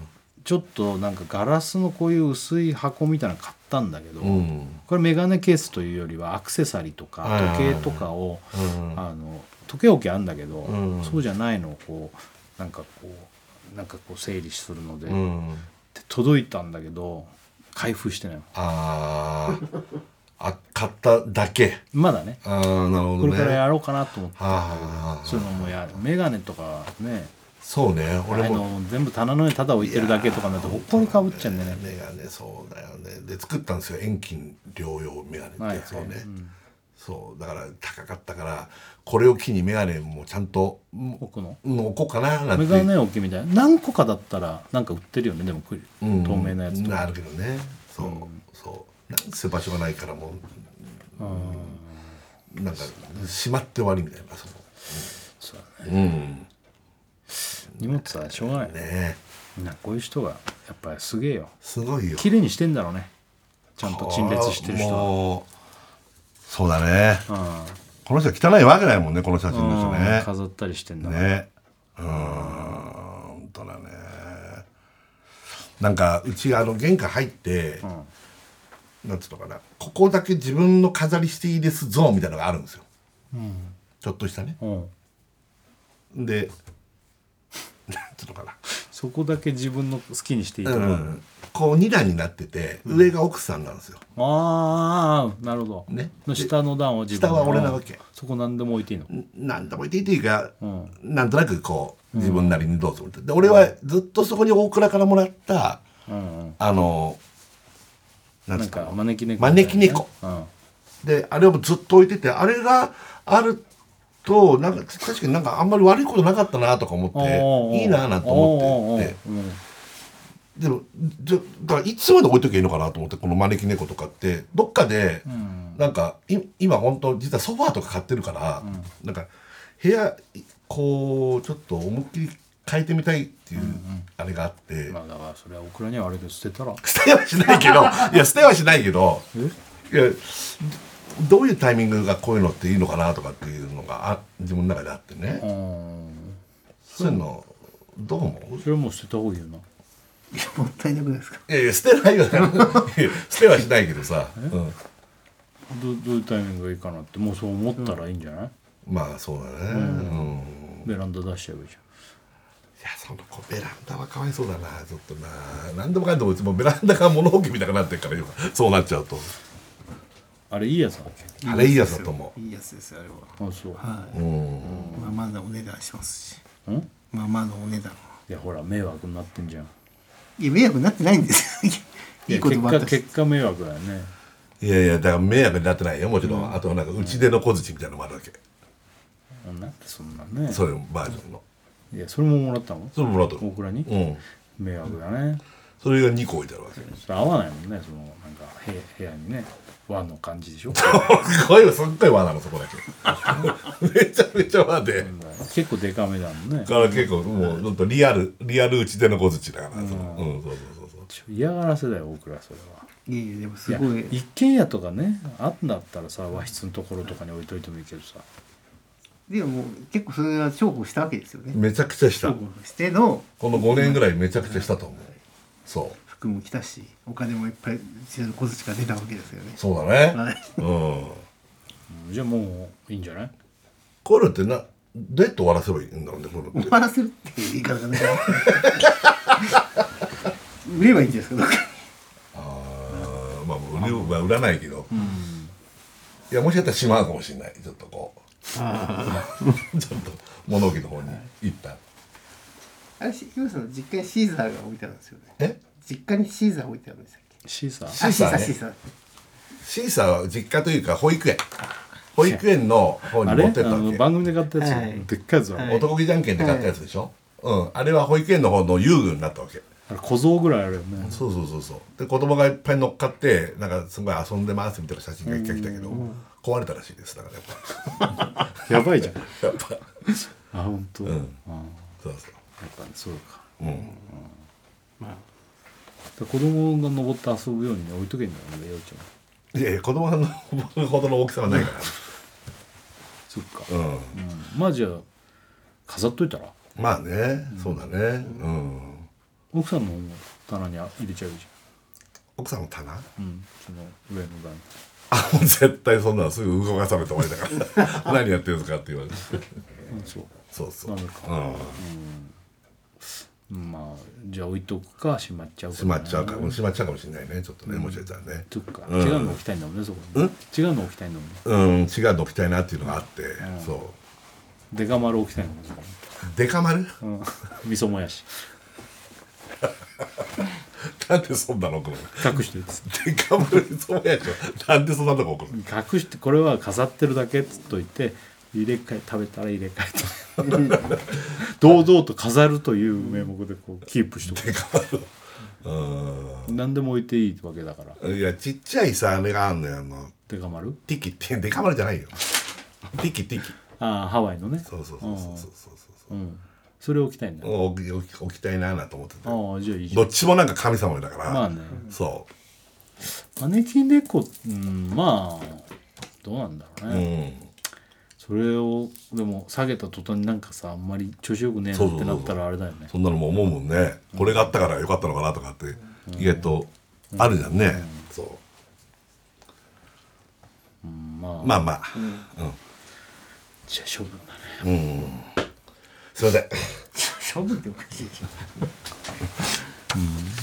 Speaker 2: ちょっとなんかガラスのこういう薄い箱みたいなの買ったんだけど、
Speaker 3: うん
Speaker 2: これメガネケースというよりはアクセサリーとか
Speaker 3: はいはい
Speaker 2: 時
Speaker 3: は
Speaker 2: 計
Speaker 3: い
Speaker 2: とかを、
Speaker 3: うん
Speaker 2: あの時計置きあるんだけど、
Speaker 3: うん
Speaker 2: そうじゃないのをこうなんかこうなんかこう整理するので,、
Speaker 3: う
Speaker 2: で
Speaker 3: ん
Speaker 2: 届いたんだけど開封してないの
Speaker 3: あーあ買っただけ
Speaker 2: まだね
Speaker 3: ああなるほど
Speaker 2: こ
Speaker 3: ね
Speaker 2: れからやろうかなと思って、
Speaker 3: あ
Speaker 2: そういうのもやるメガネとかね
Speaker 3: そうね
Speaker 2: あ
Speaker 3: 俺も
Speaker 2: の全部棚の上にただ置いてるだけとかになるとほっこりかぶっちゃうんでね
Speaker 3: メガネそうだよねで作ったんですよ遠近療養メガネって
Speaker 2: はい
Speaker 3: やつをねそうだから高かったからこれを機にメガネもちゃんとうん
Speaker 2: 置くの
Speaker 3: うん置こうかななんて
Speaker 2: メガネ置きみたいな何個かだったらなんか売ってるよねでもこれ
Speaker 3: うん
Speaker 2: 透明なやつと
Speaker 3: な
Speaker 2: か、
Speaker 3: るけどねそう、そうなんせ場所がないからもう、なんかしまって終わりみたいなその
Speaker 2: そうだね
Speaker 3: うん
Speaker 2: 荷物はしょうがないよね
Speaker 3: ね
Speaker 2: なこういう人がやっぱりすげえよ
Speaker 3: すごいよ
Speaker 2: 綺麗にしてんだろうねちゃんと陳列してる人は
Speaker 3: もうそうだね
Speaker 2: うん
Speaker 3: この人は汚いわけないもんねこの写真の人ね
Speaker 2: 飾ったりしてんだから
Speaker 3: ねうーん本当だねなんかうちあの玄関入って、なんつうのかなここだけ自分の飾りしていいですゾーンみたいなのがあるんですよ、ちょっとしたね
Speaker 2: うん
Speaker 3: でなんつうのかな
Speaker 2: そこだけ自分の好きにしていいと
Speaker 3: う
Speaker 2: ころ、
Speaker 3: ん、こう2段になってて上が奥さんなんですよ、
Speaker 2: ああなるほど、
Speaker 3: ね
Speaker 2: の下の段を自分
Speaker 3: 下は俺なわけ
Speaker 2: うんそこ何でも置いていいの
Speaker 3: んなんとも言っていいというか、
Speaker 2: うん
Speaker 3: なんとなくこう自分なりにどうぞみたいなで俺はずっとそこに大倉からもらった
Speaker 2: うんうん
Speaker 3: あのなん
Speaker 2: な
Speaker 3: つ
Speaker 2: ん
Speaker 3: うか
Speaker 2: か招き猫
Speaker 3: 招き猫
Speaker 2: うん
Speaker 3: であれをずっと置いててあれがあるとなんか確かになんかあんまり悪いことなかったなとか思っ
Speaker 2: おーおー
Speaker 3: ていいなあなんて思ってて
Speaker 2: おーおーおーうん
Speaker 3: でもじゃだからいつまで置いときゃいいのかなと思ってこの招き猫とかってどっかで、
Speaker 2: ん
Speaker 3: なんかい今本当実はソファーとか買ってるから、なんか部屋いこうちょっと思いっきり変えてみたいっていうあれがあって、
Speaker 2: まあだからそれはオクラにはあれで捨てたら
Speaker 3: 捨てはしないけ どいや捨てはしないけどいやどどういうタイミングがこういうのっていいのかなとかっていうのがあ自分の中であってね、
Speaker 2: うん
Speaker 3: そういうのどう思う
Speaker 2: それはもう捨てた方がいいよな
Speaker 4: もったいなくないですか
Speaker 3: いやいや捨てないよ いや捨てはしないけどさ、うん、
Speaker 2: どどういうタイミングがいいかなってもうそう思ったらいいんじゃない、
Speaker 3: まあそうだね、うん
Speaker 2: ベランダ出しちゃえばいいじ
Speaker 3: いやその子ベランダはかわいそうだなちょっとな何でもかんでもうちもうベランダが物置みたいになってるから今そうなっちゃうと
Speaker 2: ゃんあれいいやつなんだっけ
Speaker 3: あれいいやつだと思
Speaker 4: いいやつですよあれは
Speaker 2: あそう、
Speaker 4: はい、
Speaker 3: うん
Speaker 4: まあまだお値段しますし
Speaker 2: うんい
Speaker 4: まあまだお値段
Speaker 2: やほら迷惑になってんじゃん
Speaker 4: いや迷惑になってないんですよいいこと
Speaker 2: や
Speaker 4: ばっ
Speaker 2: 結
Speaker 4: か
Speaker 2: 果
Speaker 4: り
Speaker 2: 結果迷惑だよね
Speaker 3: いやいやだから迷惑になってないよもちろん、あとはなんかうちでの小槌みたいなのもあるわけ、
Speaker 2: なんでそんなね
Speaker 3: そういうバージョンの
Speaker 2: いやそれももらったの
Speaker 3: それもらうと
Speaker 2: 大倉に、
Speaker 3: うん
Speaker 2: 迷惑だね
Speaker 3: それが2個置いてあるわけ
Speaker 2: それ合わないもんねそのなんか部部屋にね和の感じでし ょ
Speaker 3: すごいわすっごい輪なのそこだけめちゃめちゃ輪で、
Speaker 2: 結構デカめだもんね
Speaker 3: だから結構もうちょっとリアルリアルうちでの小槌だから、そのうん、そうそうそうそう
Speaker 2: ちょ嫌がらせだよ大倉それはい
Speaker 4: やいやでもす
Speaker 2: いや
Speaker 4: ごい
Speaker 2: 一軒家とかねあんだったらさ和室のところとかに置いといてもいいけどさ
Speaker 4: でももう結構それは重宝したわけですよね
Speaker 3: めちゃくちゃした
Speaker 4: 重宝しての
Speaker 3: この5年ぐらいめちゃくちゃしたと思う、そう
Speaker 4: 服も着たしお金もいっぱいちの小槌が出たわけですよね
Speaker 3: そうだね、
Speaker 4: はい
Speaker 3: うん
Speaker 2: うんじゃあもういいんじゃない
Speaker 3: こういうのってなどうやって終わらせばいいんだろうねこういうのっ
Speaker 4: 終
Speaker 3: て
Speaker 4: わらせるっていう言い方がね売ればいいんじゃないですかどっか
Speaker 3: あーまあ売りは売らないけど、いやもしかしたらしまうかもしれないちょっとこう ちょっと物置の方に行った、
Speaker 4: あれし今さんの実家にシーザーが置いてあるんですよね
Speaker 3: え
Speaker 4: 実家にシーザー置いてあるんでしたっけ
Speaker 2: シーサー
Speaker 3: シーザーね
Speaker 4: あシーザーシーザー
Speaker 3: シーサーは実家というか保育園保育園の方に
Speaker 2: あ
Speaker 3: 持
Speaker 2: れ
Speaker 3: ってっ
Speaker 2: あ
Speaker 3: た
Speaker 2: の
Speaker 3: わ
Speaker 2: 番組で買ったやつ、
Speaker 4: はい
Speaker 2: でっかいやつだ、
Speaker 4: はい
Speaker 3: 男気じゃんけんで買ったやつでしょ、うんあれは保育園の方の遊具になったわけ
Speaker 2: あれ小僧ぐらいあるよね
Speaker 3: そうそうそうそうで子供がいっぱい乗っかってなんかすごい遊んでますみたいな写真が一回来たけど壊れたらしいですだからやっ
Speaker 2: やばいじゃん
Speaker 3: ぱやっぱ
Speaker 2: あ本当、
Speaker 3: ん
Speaker 2: ああ
Speaker 3: そうそう
Speaker 2: やっぱりそうか
Speaker 3: うん
Speaker 2: だ子供が登って遊ぶようにね置いとけんだよね幼稚園
Speaker 3: いやいや子供のほどの大きさはないか
Speaker 2: そっか、
Speaker 3: ら、うん、
Speaker 2: うんまあじゃあ飾っといたら
Speaker 3: まあねそうだねうん
Speaker 2: 奥さんの棚にあ入れちゃうじ
Speaker 3: 奥さんの棚
Speaker 2: ゃんうんその上の段に
Speaker 3: あもう絶対そんなのすぐ動かされて終わりだから 何やってるんですかって言われて
Speaker 2: うんそう
Speaker 3: そうそう、う
Speaker 2: ダメ
Speaker 3: ん、
Speaker 2: まあじゃあ置いとくか閉まっちゃうか、
Speaker 3: 閉まっちゃうかも閉まっちゃうかもしれないねちょっとねもしかしたらね
Speaker 2: そっか、
Speaker 3: うん
Speaker 2: 違うの置きたいんだもんねそこに、違うの置きたいんだもん
Speaker 3: うん
Speaker 2: ね
Speaker 3: 違うの置きたいなっていうのがあって、そう
Speaker 2: デカ丸置きたいんだもんねそこ
Speaker 3: デカ丸
Speaker 2: に、うん、 味噌もやし
Speaker 3: なんでそんなの送るの
Speaker 2: 隠してるっつって
Speaker 3: デカ丸そうやしょなんでそんなのが送るの
Speaker 2: 隠してこれは飾ってるだけっつっといて入れ替え食べたら入れ替え と堂々と飾るという名目でこうキープしと
Speaker 3: デ
Speaker 2: く
Speaker 3: カ丸う
Speaker 2: 何でも置いていいわけだから
Speaker 3: んいやちっちゃいさあれがあんのよあの
Speaker 2: デカ丸
Speaker 3: ティキってデカ丸じゃないよティキティキ
Speaker 2: ああハワイのね
Speaker 3: そうそうそうそうそうそうそう
Speaker 2: う、ん、それ置きたいんだ、
Speaker 3: お置き置き置きたいなーなと思ってて
Speaker 2: ああじゃあいいじゃ
Speaker 3: ど
Speaker 2: ん
Speaker 3: っちもなんか神様だから
Speaker 2: まあね
Speaker 3: そ
Speaker 2: 招き猫うんまあどうなんだろう
Speaker 3: うう
Speaker 2: ね、
Speaker 3: ん
Speaker 2: それをでも下げた途端になんかさあんまり調子よくねえなってなったらあれだよね
Speaker 3: そんなのも思うもんねこれがあったからよかったのかなとかって意外とあるじゃんねそ
Speaker 2: うんまあ、
Speaker 3: うまあまあ
Speaker 2: じゃあ処分だね
Speaker 3: すいません
Speaker 4: 処分っておかしいでしょ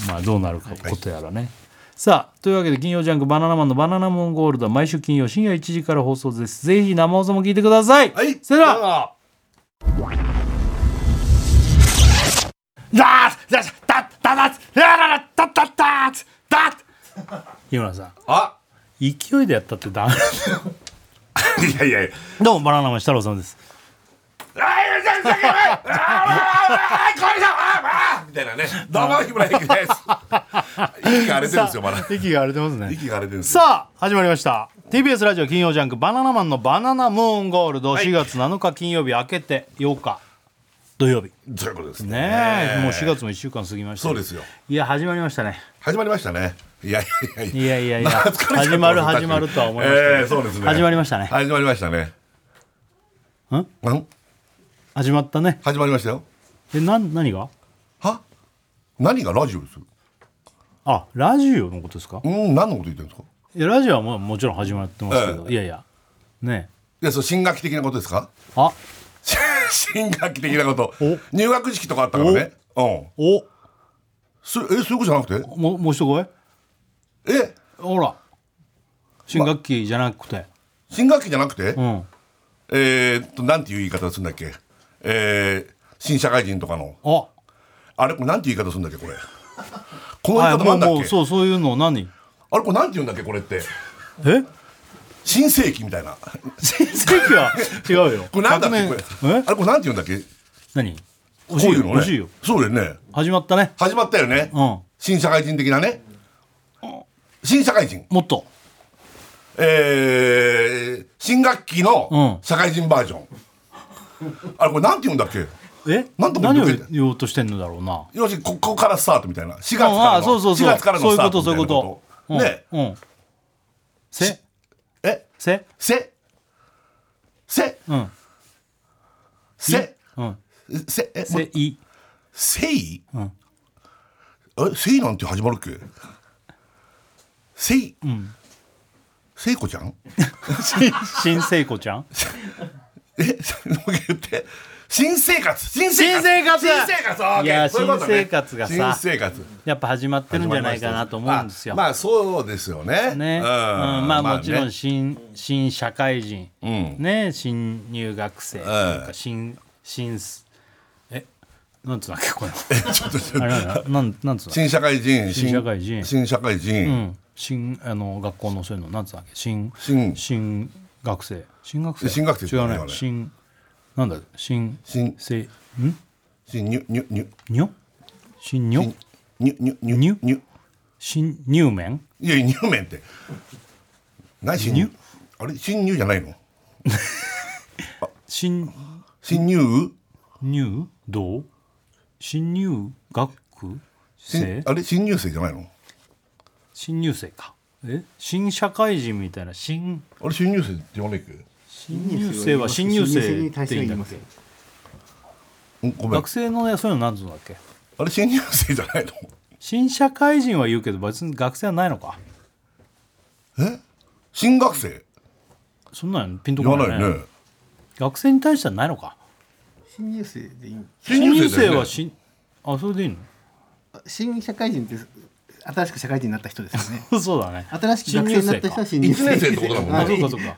Speaker 2: まあどうなるかことやらね、さあというわけで金曜ジャンク「バナナマンのバナナモンゴールド」は毎週金曜深夜1時から放送ですぜひ生放送も聞いてください、
Speaker 3: はい
Speaker 2: それでは
Speaker 3: だーだだだだだだだだだだ
Speaker 2: 日村さん
Speaker 3: あ
Speaker 2: 勢いでやったってダメ
Speaker 3: いやいやいや
Speaker 2: どうもバナナマン設楽さんです
Speaker 3: あいやいやいやいやあーあーこれじゃあーあーみたいなねどうも日村英樹です息が荒れてるんですよまだ
Speaker 2: 息が荒れてますね
Speaker 3: 息が荒れてるんですよ
Speaker 2: さあ始まりました TBS ラジオ金曜ジャンク「バナナマンのバナナムーンゴールド」4月7日金曜日明けて8日土曜日
Speaker 3: そういうことですね
Speaker 2: ねえもう4月も1週間過ぎました
Speaker 3: そうですよ
Speaker 2: いや始まりましたね
Speaker 3: 始まりましたねいやいやいや
Speaker 2: いやいやいや
Speaker 3: 懐かしかった
Speaker 2: 始まる始まるとは思いましたね
Speaker 3: ええそうですね
Speaker 2: 始まりましたね
Speaker 3: 始まりましたね
Speaker 2: ん
Speaker 3: ん
Speaker 2: 始まったね
Speaker 3: 始まりましたよ
Speaker 2: えなん何が
Speaker 3: は何がラジオです
Speaker 2: あラジオのことですか
Speaker 3: うん何のこと言ってるんですか
Speaker 2: いやラジオはもうもちろん始まってますけど、
Speaker 3: ええ
Speaker 2: いやいやねえ
Speaker 3: いやそう新学期的なことですか
Speaker 2: あ
Speaker 3: 新学期的なこと
Speaker 2: お
Speaker 3: 入学式とかあったからねうん
Speaker 2: お
Speaker 3: そえそういうことじゃなくて
Speaker 2: ももう一声
Speaker 3: え
Speaker 2: ほら新学期じゃなくて、
Speaker 3: 新学期じゃなくて、
Speaker 2: うん
Speaker 3: えーっとなんていう言い方するんだっけえー、新社会人とかの
Speaker 2: あ
Speaker 3: あれこれなんていう言い方するんだっけこれこの
Speaker 2: は
Speaker 3: 言
Speaker 2: い
Speaker 3: い方な
Speaker 2: もう
Speaker 3: だっ
Speaker 2: んもう
Speaker 3: け、
Speaker 2: そうそういうの何
Speaker 3: あれこれなんて言うんだっけこれって
Speaker 2: え
Speaker 3: 新世紀みたいな
Speaker 2: 新世紀は違うよ
Speaker 3: これ なんだっけこ
Speaker 2: 100
Speaker 3: れ
Speaker 2: 年え
Speaker 3: あれこれなんて言うんだっけ
Speaker 2: 何惜
Speaker 3: こ
Speaker 2: し
Speaker 3: う
Speaker 2: い
Speaker 3: いう
Speaker 2: よ
Speaker 3: の
Speaker 2: 惜しいよ
Speaker 3: ねそうだよね
Speaker 2: 始まったね
Speaker 3: 始まったよね、
Speaker 2: うん
Speaker 3: 新社会人的なね新社会人
Speaker 2: もっと
Speaker 3: えー、新学期の
Speaker 2: うん
Speaker 3: 社会人バージョン、あれこれなんて言うんだっけ
Speaker 2: え
Speaker 3: なんでも
Speaker 2: 何を
Speaker 3: 抜けて
Speaker 2: 言おうとしてんのだろうな
Speaker 3: 要するにここからスタートみたいな4月からの
Speaker 2: ああそうそうそう
Speaker 3: 4月からの
Speaker 2: そう
Speaker 3: ス
Speaker 2: いう
Speaker 3: ター
Speaker 2: こ
Speaker 3: ト
Speaker 2: と
Speaker 3: み
Speaker 2: そ
Speaker 3: たいなこと
Speaker 2: ういうこうん
Speaker 3: ね
Speaker 2: うんせ
Speaker 3: え
Speaker 2: せ
Speaker 3: せせ
Speaker 2: うん
Speaker 3: せ
Speaker 2: うん
Speaker 3: せえ
Speaker 2: せい
Speaker 3: せい
Speaker 2: うん
Speaker 3: えせいなんて始まるっけせいせいこちゃん
Speaker 2: 新新聖子ちゃん
Speaker 3: えもう一回言って新生活新
Speaker 2: 新生活
Speaker 3: 新生活オーケー
Speaker 2: いや
Speaker 3: そううことね
Speaker 2: 新生活がさ
Speaker 3: 新生活
Speaker 2: やっぱ始まってるんじゃないかなと思うんですよ。
Speaker 3: あまあそうですよね
Speaker 2: ね、うんまあもちろん
Speaker 3: ね
Speaker 2: 新,、新社会人、
Speaker 3: ん
Speaker 2: ね新入学生、なんか新新すえなんつうんだっけ これ
Speaker 3: ちょっとちょっ
Speaker 2: あ
Speaker 3: と
Speaker 2: れなんだなんなんつうんだっけ
Speaker 3: 新社会人
Speaker 2: 新社会人
Speaker 3: 新社会人、
Speaker 2: うん新あの学校のそういうのなんつうんだっけ新
Speaker 3: 新
Speaker 2: 新学生新学生
Speaker 3: 新学生って
Speaker 2: 違
Speaker 3: 言
Speaker 2: う
Speaker 3: うよね
Speaker 2: ね新なんだ新
Speaker 3: 新
Speaker 2: 生ん
Speaker 3: 新ニュニュニュ
Speaker 2: にょ新にょ
Speaker 3: ニュニュニュ
Speaker 2: ニュ
Speaker 3: ニュ
Speaker 2: 新入面
Speaker 3: いやニュメンって何新入あれ新入じゃないの
Speaker 2: 新
Speaker 3: 新入
Speaker 2: 入道新入学
Speaker 3: 新
Speaker 2: 生
Speaker 3: あれ新入生じゃないの
Speaker 2: 新入生かえ新社会人みたいな新
Speaker 3: あれ新入生って言わないっけ
Speaker 2: 新入生は新入生
Speaker 4: に
Speaker 2: っ
Speaker 4: 対してて
Speaker 2: 言
Speaker 4: は
Speaker 2: うんだ
Speaker 4: 言いま
Speaker 2: っ
Speaker 4: せ
Speaker 2: け
Speaker 4: ん
Speaker 3: んごめん
Speaker 2: 学生のねそういうのなんつうんだっけ
Speaker 3: あれ新入生じゃないの
Speaker 2: 新社会人は言うけど別に学生はないのか
Speaker 3: え新学生
Speaker 2: そんなんピンと
Speaker 3: 言
Speaker 2: こ
Speaker 3: わ
Speaker 2: な
Speaker 3: ない
Speaker 2: いね
Speaker 3: よね
Speaker 2: 学生に対してはないのか
Speaker 4: 新入生でいいの
Speaker 2: 新入
Speaker 3: だ
Speaker 2: 生
Speaker 3: よね
Speaker 2: は新あそれでいい
Speaker 4: 新社会人って新しく社会人になった人ですよね
Speaker 2: のそうだね
Speaker 4: 新しく学生になった人は新入生
Speaker 3: 新入生ってことだもんね
Speaker 2: あ
Speaker 4: は
Speaker 2: そ
Speaker 4: いう
Speaker 2: かそうか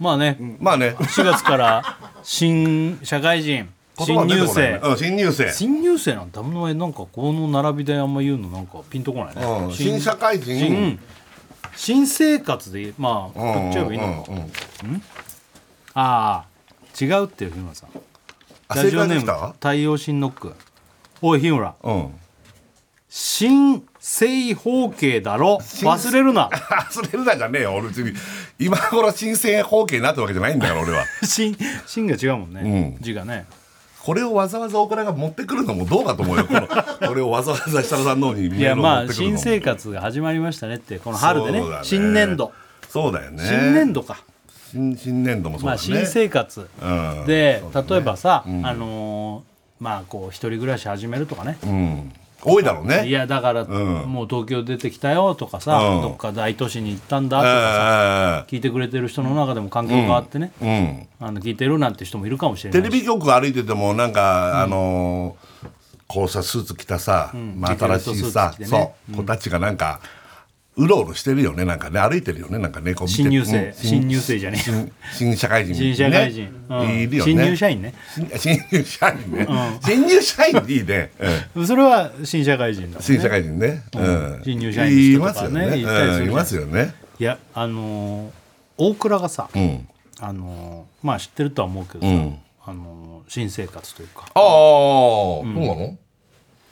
Speaker 2: まあね
Speaker 3: まあね
Speaker 2: 4月から新社会人
Speaker 3: 言葉
Speaker 2: 新
Speaker 3: 出て
Speaker 2: 入
Speaker 3: こない
Speaker 2: 生
Speaker 3: ねうん新入生
Speaker 2: 新入生なんてあんまりなんかこの並びであんま言うのなんかピンとこないね、
Speaker 3: うん新社会人
Speaker 2: 新新生活でまあ
Speaker 3: うんうん
Speaker 2: 言っちゃえばいいのか、
Speaker 3: うんうん
Speaker 2: ああ違うってよ日村さん
Speaker 3: あ
Speaker 2: ラジオネ
Speaker 3: 正解で
Speaker 2: ー
Speaker 3: し
Speaker 2: ム太陽新ノックおい日村
Speaker 3: たうん
Speaker 2: 新正方形だろ忘れ るな
Speaker 3: 忘れるなじゃねえよ俺別に今頃新生方形になったわけじゃないんだから俺は
Speaker 2: 新新が違うもんね、
Speaker 3: うん
Speaker 2: 字がね
Speaker 3: これをわざわざ大倉が持ってくるのもどうかと思うよこ のこれをわざわざ設楽さんの方に
Speaker 2: い
Speaker 3: メール
Speaker 2: や
Speaker 3: を持
Speaker 2: ま
Speaker 3: っ
Speaker 2: あ
Speaker 3: てくるのも
Speaker 2: 新生活が始まりましたねってこの春でね
Speaker 3: そうだね
Speaker 2: 新年度
Speaker 3: そうだよね
Speaker 2: 新年度か、
Speaker 3: 新新年度もそうだ
Speaker 2: まあ
Speaker 3: ね、
Speaker 2: 新生活、
Speaker 3: うん
Speaker 2: で、
Speaker 3: そうだね
Speaker 2: 例えばさ、あのーまあこう一人暮らし始めるとかね、
Speaker 3: うん多いだろうね
Speaker 2: いやだから、
Speaker 3: うん
Speaker 2: もう東京出てきたよとかさ、
Speaker 3: うん
Speaker 2: どっか大都市に行ったん
Speaker 3: え
Speaker 2: だとかさ、聞いてくれてる人の中でも環境変わってね、
Speaker 3: えうん
Speaker 2: あの聞いてるなんて人もいるかもしれない
Speaker 3: テ
Speaker 2: し
Speaker 3: レビ局歩いててもなんか、あのーこうさスーツ着たさ、まあ、
Speaker 2: ジャケ
Speaker 3: 新
Speaker 2: ット
Speaker 3: しいさ、
Speaker 2: スーツ着てね
Speaker 3: そう子たちがなんか、うろうろしてるよねなんかね歩いてるよねなんかねこう見て
Speaker 2: 新入生、
Speaker 3: うん
Speaker 2: 新入生じゃねえ
Speaker 3: 新新社会人、ね、
Speaker 2: 新社会人、うん
Speaker 3: いるよね
Speaker 2: 新入社員ね
Speaker 3: 新新入社員ね、新入社員でいいね、 うん
Speaker 2: それは新社会人だもんね
Speaker 3: 新社会人ね、うん
Speaker 2: 新入社
Speaker 3: い
Speaker 2: 員の
Speaker 3: ま
Speaker 2: 人と
Speaker 3: す
Speaker 2: か
Speaker 3: よ
Speaker 2: ね
Speaker 3: ね
Speaker 2: いたりするじゃん
Speaker 3: うんいますよね
Speaker 2: いやあのー大倉がさ、
Speaker 3: うん
Speaker 2: あのーまあ知ってるとは思うけど
Speaker 3: う
Speaker 2: さ、
Speaker 3: ん
Speaker 2: あのー新生活というか
Speaker 3: ああ、そうなの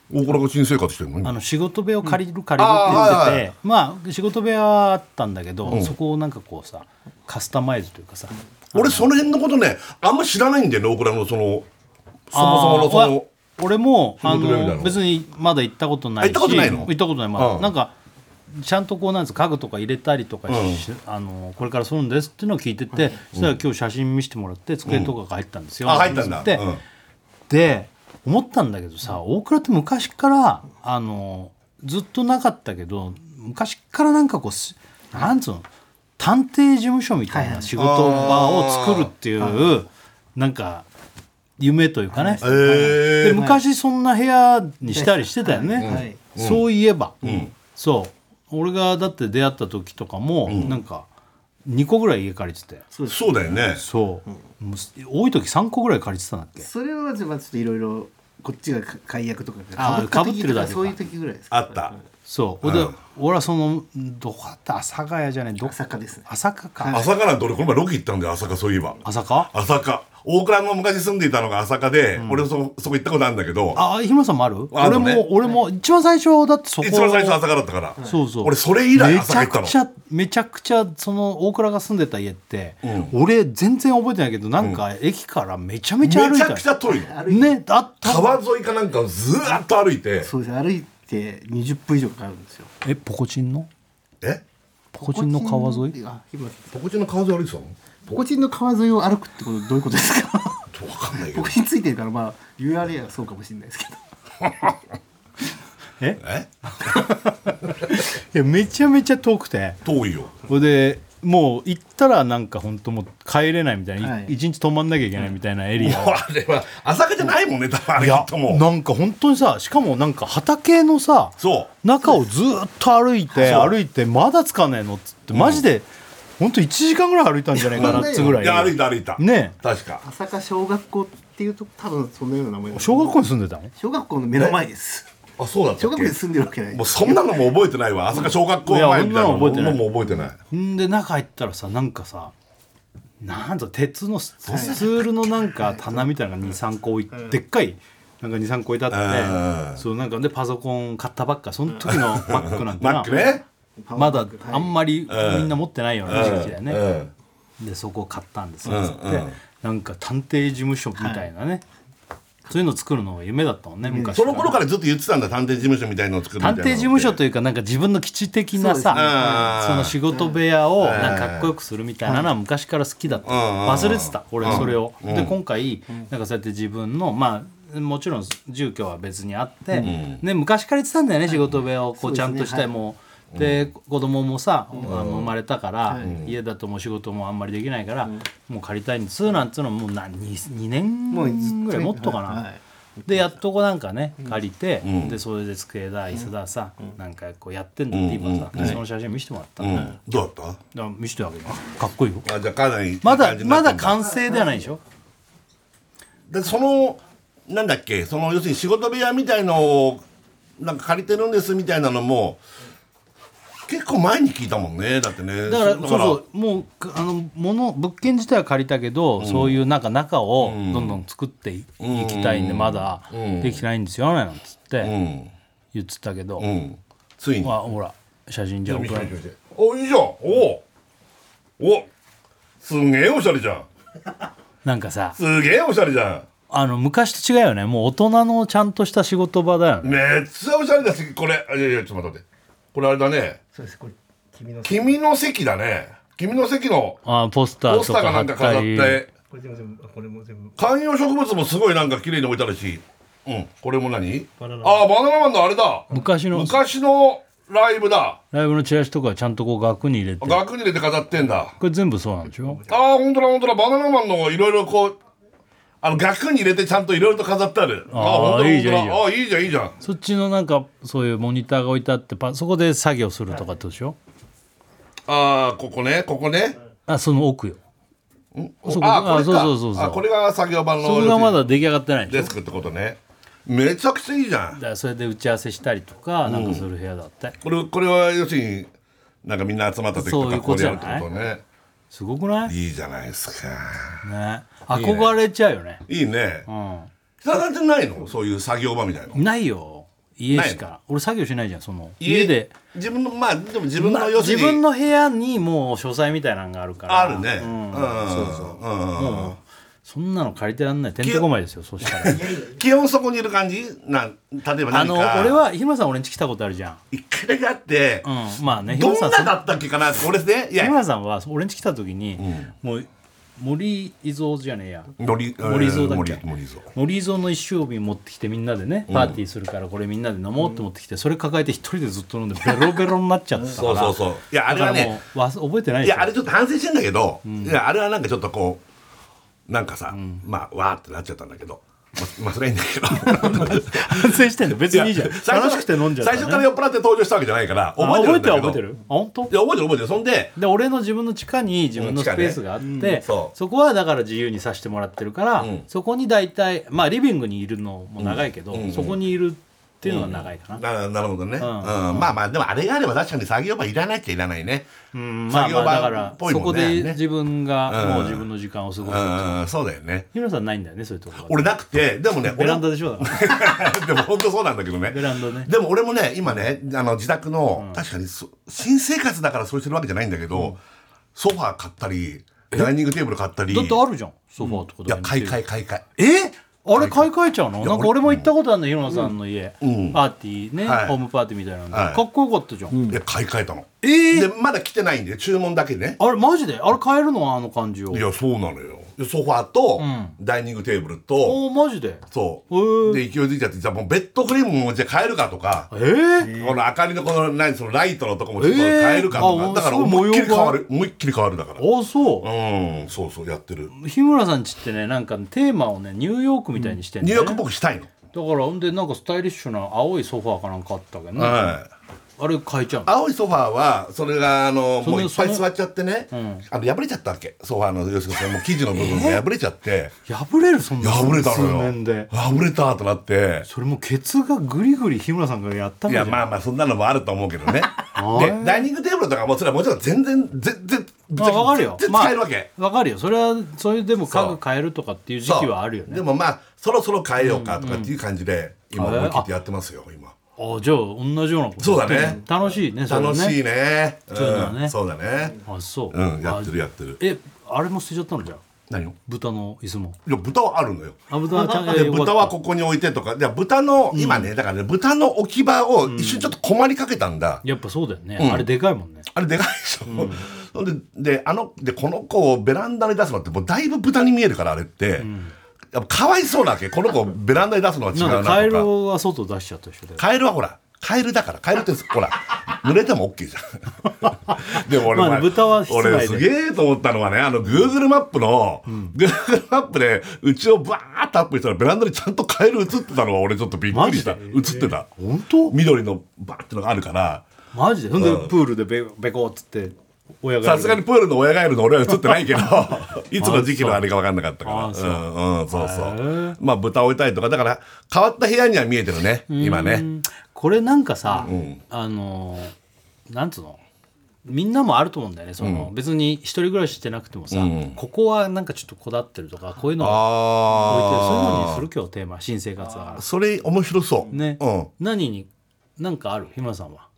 Speaker 3: 大倉が新生活してるの
Speaker 2: あ
Speaker 3: 今
Speaker 2: の仕事部屋を借りる借りるって言
Speaker 3: あー
Speaker 2: って
Speaker 3: はいは
Speaker 2: てまあ仕事部屋はあったんだけど、そこをなんかこうさカスタマイズというかさ
Speaker 3: 俺その辺のことねあんま知らないんだよね大倉のそのそもそものそ
Speaker 2: あーわ
Speaker 3: の
Speaker 2: 俺もあ
Speaker 3: 仕事部屋みたいな
Speaker 2: の
Speaker 3: の
Speaker 2: 別にまだ行ったことない
Speaker 3: あ
Speaker 2: し
Speaker 3: 行ったことないの
Speaker 2: 行ったことないまだ、
Speaker 3: うん
Speaker 2: なんかちゃんとこうなんです家具とか入れたりとかし、あのこれからするんですっていうのを聞いてて、そしたら今日写真見せてもらって机とかが入ったんですよ、
Speaker 3: あ入ったんだ、
Speaker 2: で
Speaker 3: うん
Speaker 2: で思ったんだけどさ大倉って昔からあのずっとなかったけど昔からなんかこうすなんつうの探偵事務所みたいな仕事場を作るっていうなんか夢というかね、
Speaker 3: へー
Speaker 2: で昔そんな部屋にしたりしてたよね、
Speaker 4: はいはい
Speaker 2: そういえば、そう俺がだって出会った時とかも、なんか2個ぐらい家借りてて
Speaker 4: そうです
Speaker 3: そうだよね
Speaker 2: そう、もう多い時3個ぐらい借りてたんだっけ
Speaker 4: それはじゃあまあちょっといろいろこっちが解約とか
Speaker 2: あー
Speaker 4: 被
Speaker 2: 被ってるだけか
Speaker 4: 時とそういう時ぐらいですか
Speaker 3: あった
Speaker 2: そう、で俺はそのどこだった朝ヶ谷じゃないど
Speaker 4: 朝霞ですね
Speaker 2: 朝霞か、
Speaker 3: 朝霞なんて俺この前ロケ行ったんだよ朝霞そういえば
Speaker 2: 朝霞
Speaker 3: 朝霞大倉の昔住んでいたのが朝霞で、俺もそそこ行ったことあるんだけど
Speaker 2: あ日村さんもある
Speaker 3: あ
Speaker 2: 俺
Speaker 3: るね
Speaker 2: も俺も一番最初だってそこ
Speaker 3: 一番最初朝霞だったから、
Speaker 2: そうそう
Speaker 3: 俺それ以来
Speaker 2: めち
Speaker 3: 朝霞
Speaker 2: ゃ
Speaker 3: 行
Speaker 2: く
Speaker 3: っ
Speaker 2: ち
Speaker 3: たの
Speaker 2: ゃめちゃくちゃその大倉が住んでた家って、俺全然覚えてないけどなんか駅からめちゃめちゃ歩
Speaker 3: め
Speaker 2: い
Speaker 3: ち
Speaker 2: た
Speaker 3: ゃくちゃ遠いの
Speaker 4: 歩い
Speaker 2: ねあった
Speaker 3: 川沿いかなんかをずーっと歩いて
Speaker 4: そうです歩いて20分以上かかるんですよ
Speaker 2: えポコチンの
Speaker 3: え
Speaker 2: ポコチンの川沿い
Speaker 4: いあ日村さん
Speaker 3: ポコチンの川沿い歩いてたの
Speaker 4: ポコチンの川沿いを歩くってことどういうことです か
Speaker 3: 分かんないけど
Speaker 4: ポコチンついてるからまあ URL はそうかもしれないですけど
Speaker 2: え
Speaker 3: え
Speaker 2: いやめちゃめちゃ遠くて
Speaker 3: 遠いよ
Speaker 2: それでもう行ったらなんか本当もう帰れないみたいな、
Speaker 4: はい
Speaker 2: 一日泊まんなきゃいけないみたいなエリアを
Speaker 3: あれは朝霞じゃないもんね多分あれきっと も
Speaker 2: なんか本当にさしかもなんか畑のさ
Speaker 3: そ
Speaker 2: 中をずーっと歩いて
Speaker 3: そう
Speaker 2: 歩いてまだつかねえのっつってマジで本当1時間ぐらい歩いたんじゃないかなっつぐ
Speaker 3: う
Speaker 2: ら
Speaker 3: いや歩い
Speaker 2: い
Speaker 3: た歩いた
Speaker 2: ねえ
Speaker 3: 確か
Speaker 4: 朝霞小学校っていうと多分そのような名前だと
Speaker 2: 小学校に住んでたの
Speaker 4: 小学校の目の前です
Speaker 3: あそうだった
Speaker 4: 小
Speaker 3: っ
Speaker 4: 学校
Speaker 3: け
Speaker 4: に住んでるわけない
Speaker 3: もうそんなのも覚えてないわ朝霞小学校前みたいなのも
Speaker 2: いやそんなの覚えてな
Speaker 3: も
Speaker 2: い
Speaker 3: う覚えてない
Speaker 2: んで中入ったらさなんかさなんと鉄のスツールのなんか棚みたいなのが23個置いでっかいなんか23個置いてあっ
Speaker 3: うん
Speaker 2: てそうなんかでパソコン買ったばっかその時の Mac なんて な
Speaker 3: マックね
Speaker 2: まだあん
Speaker 4: ま
Speaker 2: まりみんな持ってないような時期だよね、
Speaker 3: うん
Speaker 2: でそこを買ったんです
Speaker 3: うん
Speaker 2: よ、つって
Speaker 3: うん
Speaker 2: なんか探偵事務所みたいなね、そういうの作るのが夢だったもんね昔
Speaker 3: そ
Speaker 2: から
Speaker 3: の頃からずっと言ってたんだ探偵事務所みたいのを作るみたいな
Speaker 2: 探
Speaker 3: のっ
Speaker 2: 偵
Speaker 3: て
Speaker 2: 事務所というかなんか自分の基地的な
Speaker 4: そうです
Speaker 2: さ
Speaker 3: ね
Speaker 2: その仕事部屋を
Speaker 3: ん
Speaker 2: なんかかっこよくするみたいなのは昔から好きだった
Speaker 3: うん
Speaker 2: 忘れてた俺それを
Speaker 3: うん
Speaker 2: で今回なんかそうやって自分のまあもちろん住居は別にあってね昔から言ってたんだよね仕事部屋をこうちゃんとし
Speaker 4: そう
Speaker 2: て
Speaker 4: ですね
Speaker 2: もうで子供もさあの生まれたから家だともう仕事もあんまりできないからもう借りたいんですなんつうのもうな 2, 2年ぐらいもっとかな。でやっとこうなんかね借りて、
Speaker 3: ん
Speaker 2: でそれで机だ椅子ださ、なんかこうやってんだって今さ、その写真見せてもらった、
Speaker 3: う
Speaker 2: だか
Speaker 3: んどうだっ
Speaker 2: ら見せてあげるかっこいいよ
Speaker 3: たあじゃあかなりいい
Speaker 2: まだ
Speaker 3: 感じにな
Speaker 2: ま
Speaker 3: って
Speaker 2: だ
Speaker 3: ん
Speaker 2: 完成ではないでしょ
Speaker 3: でそのなんだっけその要するに仕事部屋みたいのをなんか借りてるんですみたいなのも結構前に聞いたもんねだってね
Speaker 2: だからそうそうもうかあの物物件自体は借りたけど、そういうなんか中をどんどん作ってい,、きたいんでまだ
Speaker 3: うん
Speaker 2: できてないんですよなんつって、
Speaker 3: うん
Speaker 2: 言ってたけど、
Speaker 3: うんついに
Speaker 2: まあほら写真じゃ送られて
Speaker 3: おいいじゃんおおおすげえおしゃれじゃん
Speaker 2: なんかさ
Speaker 3: すげえおしゃれじゃ
Speaker 2: あの昔と違うよねもう大人のちゃんとした仕事場だよ
Speaker 3: ん
Speaker 2: ね
Speaker 3: めっちゃおしゃれだしこれあいやいやちょっと待ってこれあれだね
Speaker 4: そうですこれ君の
Speaker 3: 君の席だね君の席の
Speaker 2: あポスタ
Speaker 3: ポ
Speaker 2: ー
Speaker 3: ス
Speaker 2: と
Speaker 3: ターが
Speaker 2: か貼
Speaker 3: な
Speaker 2: っ
Speaker 3: んか
Speaker 2: た
Speaker 3: 飾っ
Speaker 2: り
Speaker 3: て
Speaker 4: これ全部全部あこれも全部
Speaker 3: 観葉植物もすごいなんか綺麗に置いてあるしうん、これも何あ
Speaker 2: バナナ
Speaker 3: あバナナマンのあれだ
Speaker 2: 昔の
Speaker 3: 昔のライブだ
Speaker 2: ライブのチラシとかちゃんとこう額に入れてこ
Speaker 3: 額に入れて飾ってんだ
Speaker 2: れ全部そうなんでしょ
Speaker 3: ああ本当だ本当だバナナマンのいろいろこうあの額に入れてちゃんといろいろと飾ってある
Speaker 2: あー
Speaker 3: 本当だ
Speaker 2: いいじゃん
Speaker 3: 本当だあーいいじゃんいいじゃん
Speaker 2: そっちのなんかそういうモニターが置いてあってパそこで作業するとかってことでしょ
Speaker 3: ああここねここね
Speaker 2: あその奥よそこ
Speaker 3: あーこれか
Speaker 2: あそうそうそうそう
Speaker 3: あこれが作業場の
Speaker 2: そこがまだ出来上がってないんで
Speaker 3: デ
Speaker 2: しょ
Speaker 3: スクってことねめちゃくちゃいいじゃ
Speaker 2: だ
Speaker 3: ん
Speaker 2: からそれで打ち合わせしたりとかなんかする部屋だって、
Speaker 3: これこれは要するになんかみんな集まった時と
Speaker 2: そうい
Speaker 3: か
Speaker 2: う
Speaker 3: こ
Speaker 2: こ
Speaker 3: ことで
Speaker 2: じ
Speaker 3: や
Speaker 2: ゃ
Speaker 3: るっ
Speaker 2: ない
Speaker 3: てことね
Speaker 2: すごくないね
Speaker 3: いいじゃないですか
Speaker 2: 憧れちゃうよね
Speaker 3: いいね北田さんってないのそういう作業場みたいな
Speaker 2: うんないよ家し
Speaker 3: な
Speaker 2: か俺作業しないじゃんその家で
Speaker 3: 自分のまあでも自分
Speaker 2: まあ
Speaker 3: の要す
Speaker 2: 自
Speaker 3: るに、
Speaker 2: 分の部屋にもう書斎みたいなのがあるから
Speaker 3: あるねうんそうそううん
Speaker 2: そんなの借りてらんないてんてこまいですよそしたら
Speaker 3: 基本そこにいる感じなん例えば何か
Speaker 2: あの俺は日村さん俺ん家来たことあるじゃん
Speaker 3: 一回だけあって、
Speaker 2: うんまあね日
Speaker 3: どん
Speaker 2: 村さ
Speaker 3: なん
Speaker 2: そ
Speaker 3: だったっけかな俺ねい
Speaker 2: 日
Speaker 3: や
Speaker 2: 村さんは俺ん家来た時にもう森伊蔵じゃねえや
Speaker 3: 森
Speaker 2: 森蔵だっけ
Speaker 3: 森森蔵
Speaker 2: 森蔵の一生瓶持ってきてみんなでねパーティーするからこれみんなで飲もうって持ってきてそれ抱えて一人でずっと飲んでベロベロになっちゃったから
Speaker 3: そうそうそういやあれは
Speaker 2: だから
Speaker 3: ね
Speaker 2: もうわ覚えてない
Speaker 3: い
Speaker 2: でしょ
Speaker 3: やあれちょっと反省してんだけど、いやあれはなんかちょっとこうなんかさ、まあわーってなっちゃったんだけどままあそれはいいんだけど
Speaker 2: 反省してんの別にいいじゃん
Speaker 3: いや最初
Speaker 2: 楽しくて飲んじゃった、ね、
Speaker 3: 最初から酔っ払って登場したわけじゃないから覚えてるんだけ
Speaker 2: あ
Speaker 3: ど
Speaker 2: 覚えてる覚えてるあ本当
Speaker 3: いや覚えてる覚えてるそんで
Speaker 2: で俺の自分の地下に自分のスペースがあって、
Speaker 3: うんそ
Speaker 2: そうこはだから自由にさせてもらってるから、
Speaker 3: ん
Speaker 2: そこに大体まあリビングにいるのも長いけど、
Speaker 3: うんうん
Speaker 2: そこにいるっていうのが長いかな、
Speaker 3: ななるほどね、うん
Speaker 2: ん
Speaker 3: まあまあでもあれがあれば確かに作業場いらないっちゃいらないね
Speaker 2: うんまあ
Speaker 3: 作
Speaker 2: ま
Speaker 3: 業
Speaker 2: あだから
Speaker 3: 場っぽい
Speaker 2: そ
Speaker 3: も
Speaker 2: こ
Speaker 3: んね,、
Speaker 2: で
Speaker 3: ね
Speaker 2: 自分がも
Speaker 3: うん
Speaker 2: う自分の時間を過ごす、
Speaker 3: うんうんそうだよね
Speaker 2: ヒロさんないんだよねそういうところ
Speaker 3: 俺なくてでもね
Speaker 2: ベラン
Speaker 3: 俺
Speaker 2: ダでしょだから
Speaker 3: でも本当そうなんだけどね
Speaker 2: ベランダね
Speaker 3: でも俺もね今ねあの自宅の、確かにそ新生活だからそうしてるわけじゃないんだけど、ソファー買ったりダイニングテーブル買ったり
Speaker 2: だって
Speaker 3: い
Speaker 2: あるじゃんソファーとか
Speaker 3: や買い替え
Speaker 2: え
Speaker 3: 買い替え
Speaker 2: えあれ買い替えちゃうのなんか
Speaker 3: 俺
Speaker 2: 俺も行ったことあるのヒロさんの家、
Speaker 3: うん
Speaker 2: パーティーね、
Speaker 3: はい
Speaker 2: ホームパーティーみたいなので、
Speaker 3: はい
Speaker 2: かっこよかったじゃん、
Speaker 3: いや買い替えたの、
Speaker 2: えー
Speaker 3: でまだ来てないんで注文だけね
Speaker 2: あれマジであれ変えるのあの感じを
Speaker 3: いやそうなのよでソファーと、
Speaker 2: ん
Speaker 3: ダイニングテーブルと
Speaker 2: おーマジで
Speaker 3: そう
Speaker 2: へ
Speaker 3: で勢いづいちゃってじゃあもうベッドフレームもじゃあ変えるかとか
Speaker 2: えー、
Speaker 3: この明かりのこの何そのライトのとこもちょっと
Speaker 2: えー
Speaker 3: 変えるかとか、
Speaker 2: あ
Speaker 3: だから
Speaker 2: すごい
Speaker 3: 思いっきり
Speaker 2: 模様が
Speaker 3: 変わる思いっきり変わるだから
Speaker 2: あそう、
Speaker 3: うんそうそうやってる
Speaker 2: 日村さんちってねなんかテーマをねニューヨークみたいにしてん
Speaker 3: ニ
Speaker 2: だ
Speaker 3: ュー
Speaker 2: よ
Speaker 3: ヨ
Speaker 2: ね
Speaker 3: ークっぽくしたいの、
Speaker 2: だからほんでなんかスタイリッシュな青いソファーかなんかあったけどね、
Speaker 3: はい
Speaker 2: あれ変えちゃうの
Speaker 3: 青いソファーはそれがあの
Speaker 2: その
Speaker 3: もういっぱい
Speaker 2: その
Speaker 3: 座っちゃってね、あの破れちゃったわけソファーの要するにそのもう生地の部分が破れちゃって、
Speaker 2: 破れるそんな
Speaker 3: 破れたの
Speaker 2: 数
Speaker 3: よ
Speaker 2: 年で
Speaker 3: 破れたとなって
Speaker 2: それもケツがグリグリ日村さんがやったん
Speaker 3: い
Speaker 2: だ
Speaker 3: や
Speaker 2: じゃん
Speaker 3: まあまあそんなのもあると思うけどね
Speaker 2: あれ
Speaker 3: でダイニングテーブルとかもそれはもちろん全然全然
Speaker 2: まあ、わかるよ
Speaker 3: 全然使えるわけ、
Speaker 2: まあ、わかるよそれはそれでも家
Speaker 3: そう
Speaker 2: 具変えるとかっていう時
Speaker 3: そう
Speaker 2: 期はあるよ
Speaker 3: で
Speaker 2: ね
Speaker 3: もまあそろそろ変えようかとかっていう感じで、今思い切ってやってますよ今
Speaker 2: あじゃあ同じようなこと
Speaker 3: そうだね
Speaker 2: 楽しいねそれね
Speaker 3: 楽しいねうん
Speaker 2: そうだね
Speaker 3: そうだね
Speaker 2: あそう、
Speaker 3: うんやってるやってる
Speaker 2: えあれも捨てちゃったのじゃあ
Speaker 3: 何を
Speaker 2: 豚の椅子も
Speaker 3: いや豚はあるのよ
Speaker 2: あ豚はちゃん
Speaker 3: で豚はここに置いてとかいや豚の、今ねだからね豚の置き場を一瞬ちょっと困りかけたんだ、
Speaker 2: やっぱそうだよね、
Speaker 3: うん
Speaker 2: あれでかいもんね
Speaker 3: あれでかいでしょ、それでであのでこの子をベランダに出すのってもうだいぶ豚に見えるからあれって、やっぱかわいそうなわけこの子をベランダに出すのは違うな
Speaker 2: な
Speaker 3: と
Speaker 2: ん
Speaker 3: か
Speaker 2: かカエルは外出しちゃったでしょ
Speaker 3: カエルはほらカエルだからカエルってほら濡れても OK じゃ んでも俺,、
Speaker 2: まあね豚は室内で
Speaker 3: 俺すげえと思ったのはねあの Google マップの、Google マップでうちをバーッとアップしたらベランダにちゃんとカエル映ってたのは俺ちょっとびっくりした映
Speaker 2: マジ
Speaker 3: ってた
Speaker 2: 本当
Speaker 3: 緑のバーってのがあるから
Speaker 2: マジでほんでプールでベベコっつって親が
Speaker 3: さすがにプールの親ガエルの俺は映ってない けどいつの時期のあれが分かんなかったから
Speaker 2: あ
Speaker 3: う
Speaker 2: そうん
Speaker 3: うんそうそ
Speaker 2: へ
Speaker 3: う
Speaker 2: え
Speaker 3: まあ豚置いたりとかだから変わった部屋には見えてるね今ね
Speaker 2: これなんかさ、あのーなんつうのみんなもあると思うんだよねその、別に一人暮らししてなくてもさ、ここはなんかちょっとこだわってるとかこういうのを置いてるそういうのに
Speaker 3: ああ
Speaker 2: する今日テーマ新生活だから
Speaker 3: それ面白そう。
Speaker 2: ね、
Speaker 3: うん。
Speaker 2: 何に何かある日村さんは